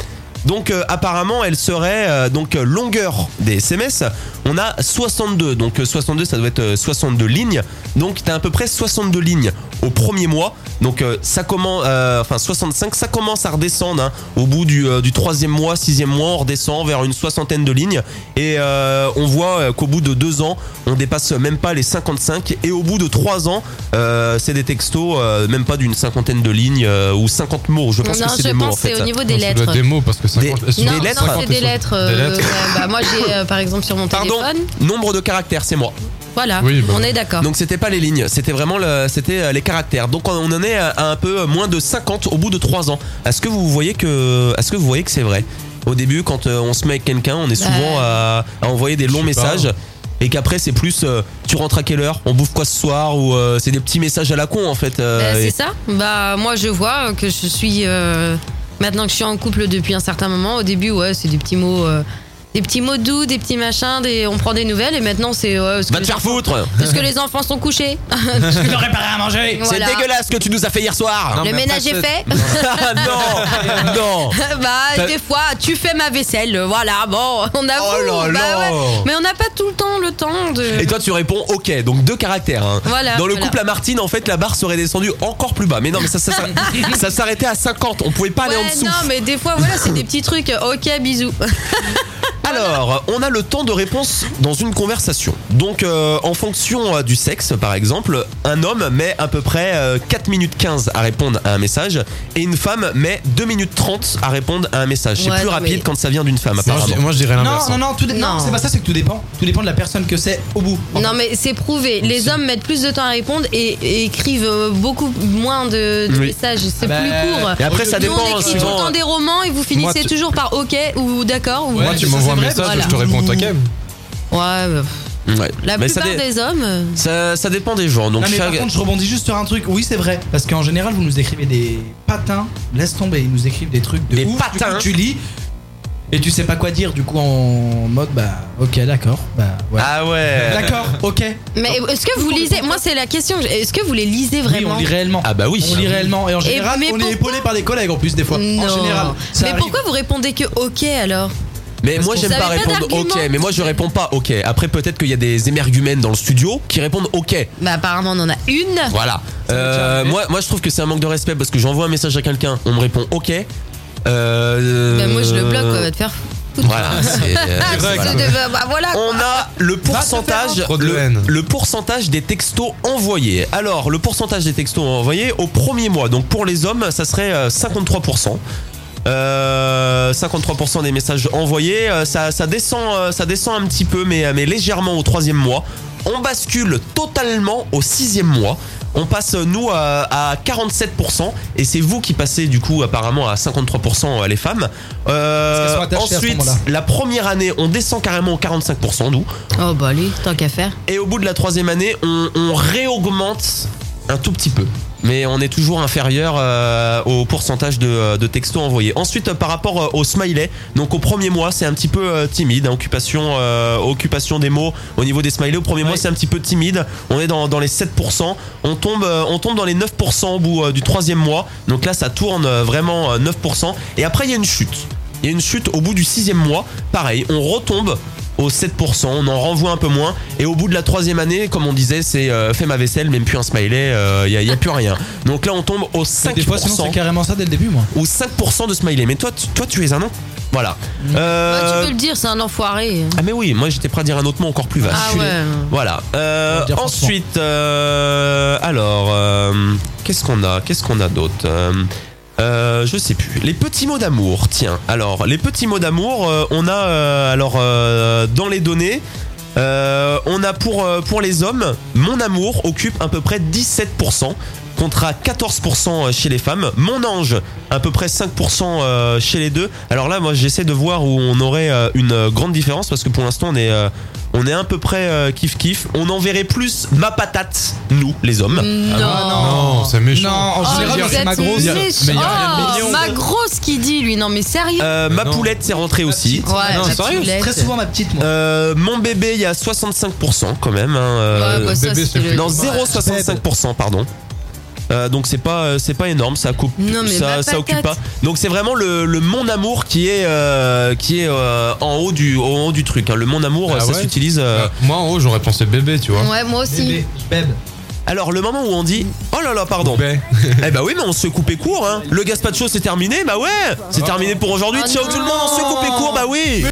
Donc euh, apparemment elle serait euh, donc euh, longueur des SMS. On a 62, donc euh, 62 ça doit être euh, 62 lignes. Donc t'as à peu près 62 lignes au premier mois. Donc euh, ça commence, euh, enfin 65, ça commence à redescendre. hein. Au bout du, euh, du troisième mois, sixième mois, on redescend vers une soixantaine de lignes. Et euh, on voit euh, qu'au bout de deux ans, on dépasse même pas les 55. Et au bout de trois ans, euh, c'est des textos euh, même pas d'une cinquantaine de lignes euh, ou 50 mots. Je
Non,
pense que c'est
je
des mots en
pense que
fait.
c'est
ça.
au niveau des
Ça doit
lettres.
être des mots parce que 50
Des-
Non,
des lettres.
non, c'est des lettres. euh,
Des lettres.
ouais, bah, moi, j'ai, euh, par exemple, sur mon
Pardon,
téléphone. Ah.
nombre de caractères, c'est moi.
Voilà,
Oui, bah
on
oui.
est d'accord.
Donc c'était pas les lignes, c'était vraiment le- c'était euh, les caractères. Donc on on en est à à un peu euh, moins de 50 au bout de 3 ans. Est-ce que vous voyez que est-ce que vous voyez que c'est vrai Au début quand euh, on se met avec quelqu'un, on est
Bah.
souvent à, à envoyer des longs
Je sais pas.
messages et qu'après c'est plus euh, tu rentres à quelle heure, on bouffe quoi ce soir ou euh, c'est des petits messages à la con en fait. euh,
Euh,
et-
c'est ça Bah, moi, je vois que je suis. euh, maintenant que je suis en couple depuis un certain moment, au début, ouais, c'est des petits mots. euh, des petits mots doux, des petits machins, des, on prend des nouvelles et maintenant c'est. ouais, est-ce
Va
que
te
les
faire
enfants-
foutre
Est-ce que les enfants sont couchés
Je dois préparer à manger.
C'est
Voilà.
dégueulasse ce que tu nous as fait hier soir
Le
mais
ménage
après,
est fait
Ah, Non Non
Bah, des fois, tu fais ma vaisselle, voilà, bon, on a
Oh là là.
Mais on n'a pas tout le temps le temps de.
Et toi, tu réponds OK. Donc deux caractères. hein.
Voilà,
Dans le
voilà.
couple à Martine, en fait, la barre serait descendue encore plus bas. Mais non, mais ça, ça, ça- ça s'arrêtait à 50. On pouvait pas
ouais,
aller en dessous.
non, mais des fois, voilà, c'est des petits trucs. Ok, bisous. oh
Alors, on a le temps de réponse dans une conversation. Donc, euh, en fonction euh, du sexe, par exemple, un homme met à peu près euh, 4 minutes 15 à répondre à un message et une femme met 2 minutes 30 à répondre à un message. C'est
Ouais,
plus
non,
rapide
mais-
quand ça vient d'une femme,
Moi, je-
apparemment.
moi je dirais
Non,
l'inverse.
non,
hein.
non, tout dé- non,
Non.
c'est pas ça, c'est que tout dépend. Tout dépend de la personne que c'est au bout.
Non, mais c'est prouvé. Les hommes mettent plus de temps à répondre et, et écrivent euh, beaucoup moins de, de
Oui. Ah
messages. C'est
Bah,
plus court.
Et après, ça
Nous,
dépend.
on écrit tout
suivant-
le temps des romans et vous finissez
tu-
toujours par ok ou d'accord. Ou...
Moi, tu
mais ça,
m'envoies un
c'est vrai,
message,
voilà.
je te réponds au taquet.
Ouais, bah, pff,
Ouais.
la
Mais ça,
plupart
dé-
des hommes. euh,
ça, ça dépend des gens. Donc,
Non, mais par
chaque-
contre, je rebondis juste sur un truc. Oui, c'est vrai. Parce qu'en général, vous nous écrivez des patins. Laisse tomber. Ils nous écrivent des trucs de
Des
ouf. Du
patins.
coup, tu lis et tu sais pas quoi dire. Du coup, en mode, bah, ok, d'accord. Bah, ouais.
Ah ouais.
D'accord, ok.
Mais est-ce que vous lisez Moi, c'est la question. Est-ce que vous les lisez vraiment
Oui, on lit réellement.
Ah bah oui.
On lit réellement. Et en général,
mais
on est
pourquoi
épaulé par des collègues en plus, des fois.
Non.
En général. ça
Mais
arrive.
pourquoi vous répondez que ok alors
Mais moi
qu'on
j'aime
savait
pas
pas
répondre ok,
d'argument.
mais moi je réponds pas ok. Après peut-être qu'il y a des émergumènes dans le studio qui répondent ok.
Bah apparemment on en a une.
Voilà. Euh, moi, moi je trouve que c'est un manque de respect parce que j'envoie un message à quelqu'un, on me répond ok. Euh,
Bah moi je le bloque, quoi, va te faire foutre.
Voilà. c'est- euh,
Ah,
voilà.
c'est de- bah, bah, voilà. quoi.
On a le pourcentage,
Trop de
le,
haine.
le pourcentage des textos envoyés. Alors, le pourcentage des textos envoyés au premier mois. Donc, pour les hommes, ça serait euh, 53%. Euh, 53% des messages envoyés, Euh, ça, ça descend, euh, ça descend un petit peu, mais, mais légèrement au troisième mois. On bascule totalement au sixième mois. On passe euh, nous à, à 47% et c'est vous qui passez du coup apparemment à 53% euh, les femmes. Euh,
Parce qu'elles sont attachées à ce
ensuite,
moment-là.
la première année, on descend carrément au 45% nous.
Oh bah allez, tant qu'à faire.
Et au bout de la troisième année, on, on réaugmente un tout petit peu. Mais on est toujours inférieur euh, au pourcentage de, euh, de textos envoyés. Ensuite, euh, par rapport euh, au smiley, donc au premier mois, c'est un petit peu euh, timide. hein, occupation, euh, occupation des mots au niveau des smileys. Au premier mois,
Ouais.
c'est un petit peu timide. On est dans, dans les 7%. On tombe, euh, on tombe dans les 9% au bout euh, du troisième mois. Donc là, ça tourne euh, vraiment euh, 9%. Et après, il y a une chute. Il y a une chute au bout du sixième mois. Pareil, on retombe au 7%, on en renvoie un peu moins. Et au bout de la troisième année, comme on disait, c'est euh, fais ma vaisselle, même plus un smiley, il n'y a, y a plus rien. Donc là, on tombe au
Mais
5%,
Des fois, sinon, c'est carrément ça dès le début, moi.
ou 5 de smiley. Mais toi, tu, toi, tu es un an. Voilà. Euh,
Bah, tu peux le dire, c'est un enfoiré.
ah mais oui, moi j'étais prêt à dire un autre mot encore plus vaste.
Ah ouais.
Voilà.
On
Euh,
va dire franchement.
ensuite, euh, alors, euh, qu'est-ce qu'on a Qu'est-ce qu'on a d'autre Euh, euh, je sais plus. Les petits mots d'amour, tiens. Alors, les petits mots d'amour, euh, on a euh, alors euh, dans les données, euh, on a pour euh, pour les hommes, mon amour occupe à peu près 17 contre à 14% chez les femmes. Mon ange, à peu près 5% euh, chez les deux. Alors là, moi, j'essaie de voir où on aurait euh, une euh, grande différence parce que pour l'instant, on est, euh, on est à peu près euh, kiff kiff. On en verrait plus ma patate, nous, les hommes.
Ah Non.
Non, c'est méchant.
Non, en
Oh,
général,
vous
c'est
êtes
ma grosse.
méchants.
Mais y a rien de mignon.
Oh, ma grosse qui dit, lui. Non, mais sérieux.
Euh,
Mais
ma
non.
poulette, c'est rentré aussi.
ouais,
non,
ma
sérieux,
poulette.
Très souvent, ma petite, moi.
Euh, mon bébé, il y a 65% quand même. hein, euh,
Ouais, bah, ça,
bébé,
c'était
c'est
le-
non, 0,65%, pardon. Euh, donc c'est pas euh, c'est pas énorme ça coupe
Non, mais
ça,
ma
ça occupe pas
patate.
donc c'est vraiment le, le mon amour qui est euh, qui est euh, en haut du en haut du truc hein. le mon amour
Ah
ça
ouais
s'utilise euh,
Euh, Moi, en haut, j'aurais pensé bébé, tu vois.
Ouais, moi aussi.
Bébé, bébé.
alors le moment où on dit oh là là pardon
Bébé.
eh bah oui mais on se coupait court hein. le gazpacho c'est terminé bah ouais c'est terminé pour aujourd'hui
Oh
ciao tout le monde on se
non.
coupait court bah oui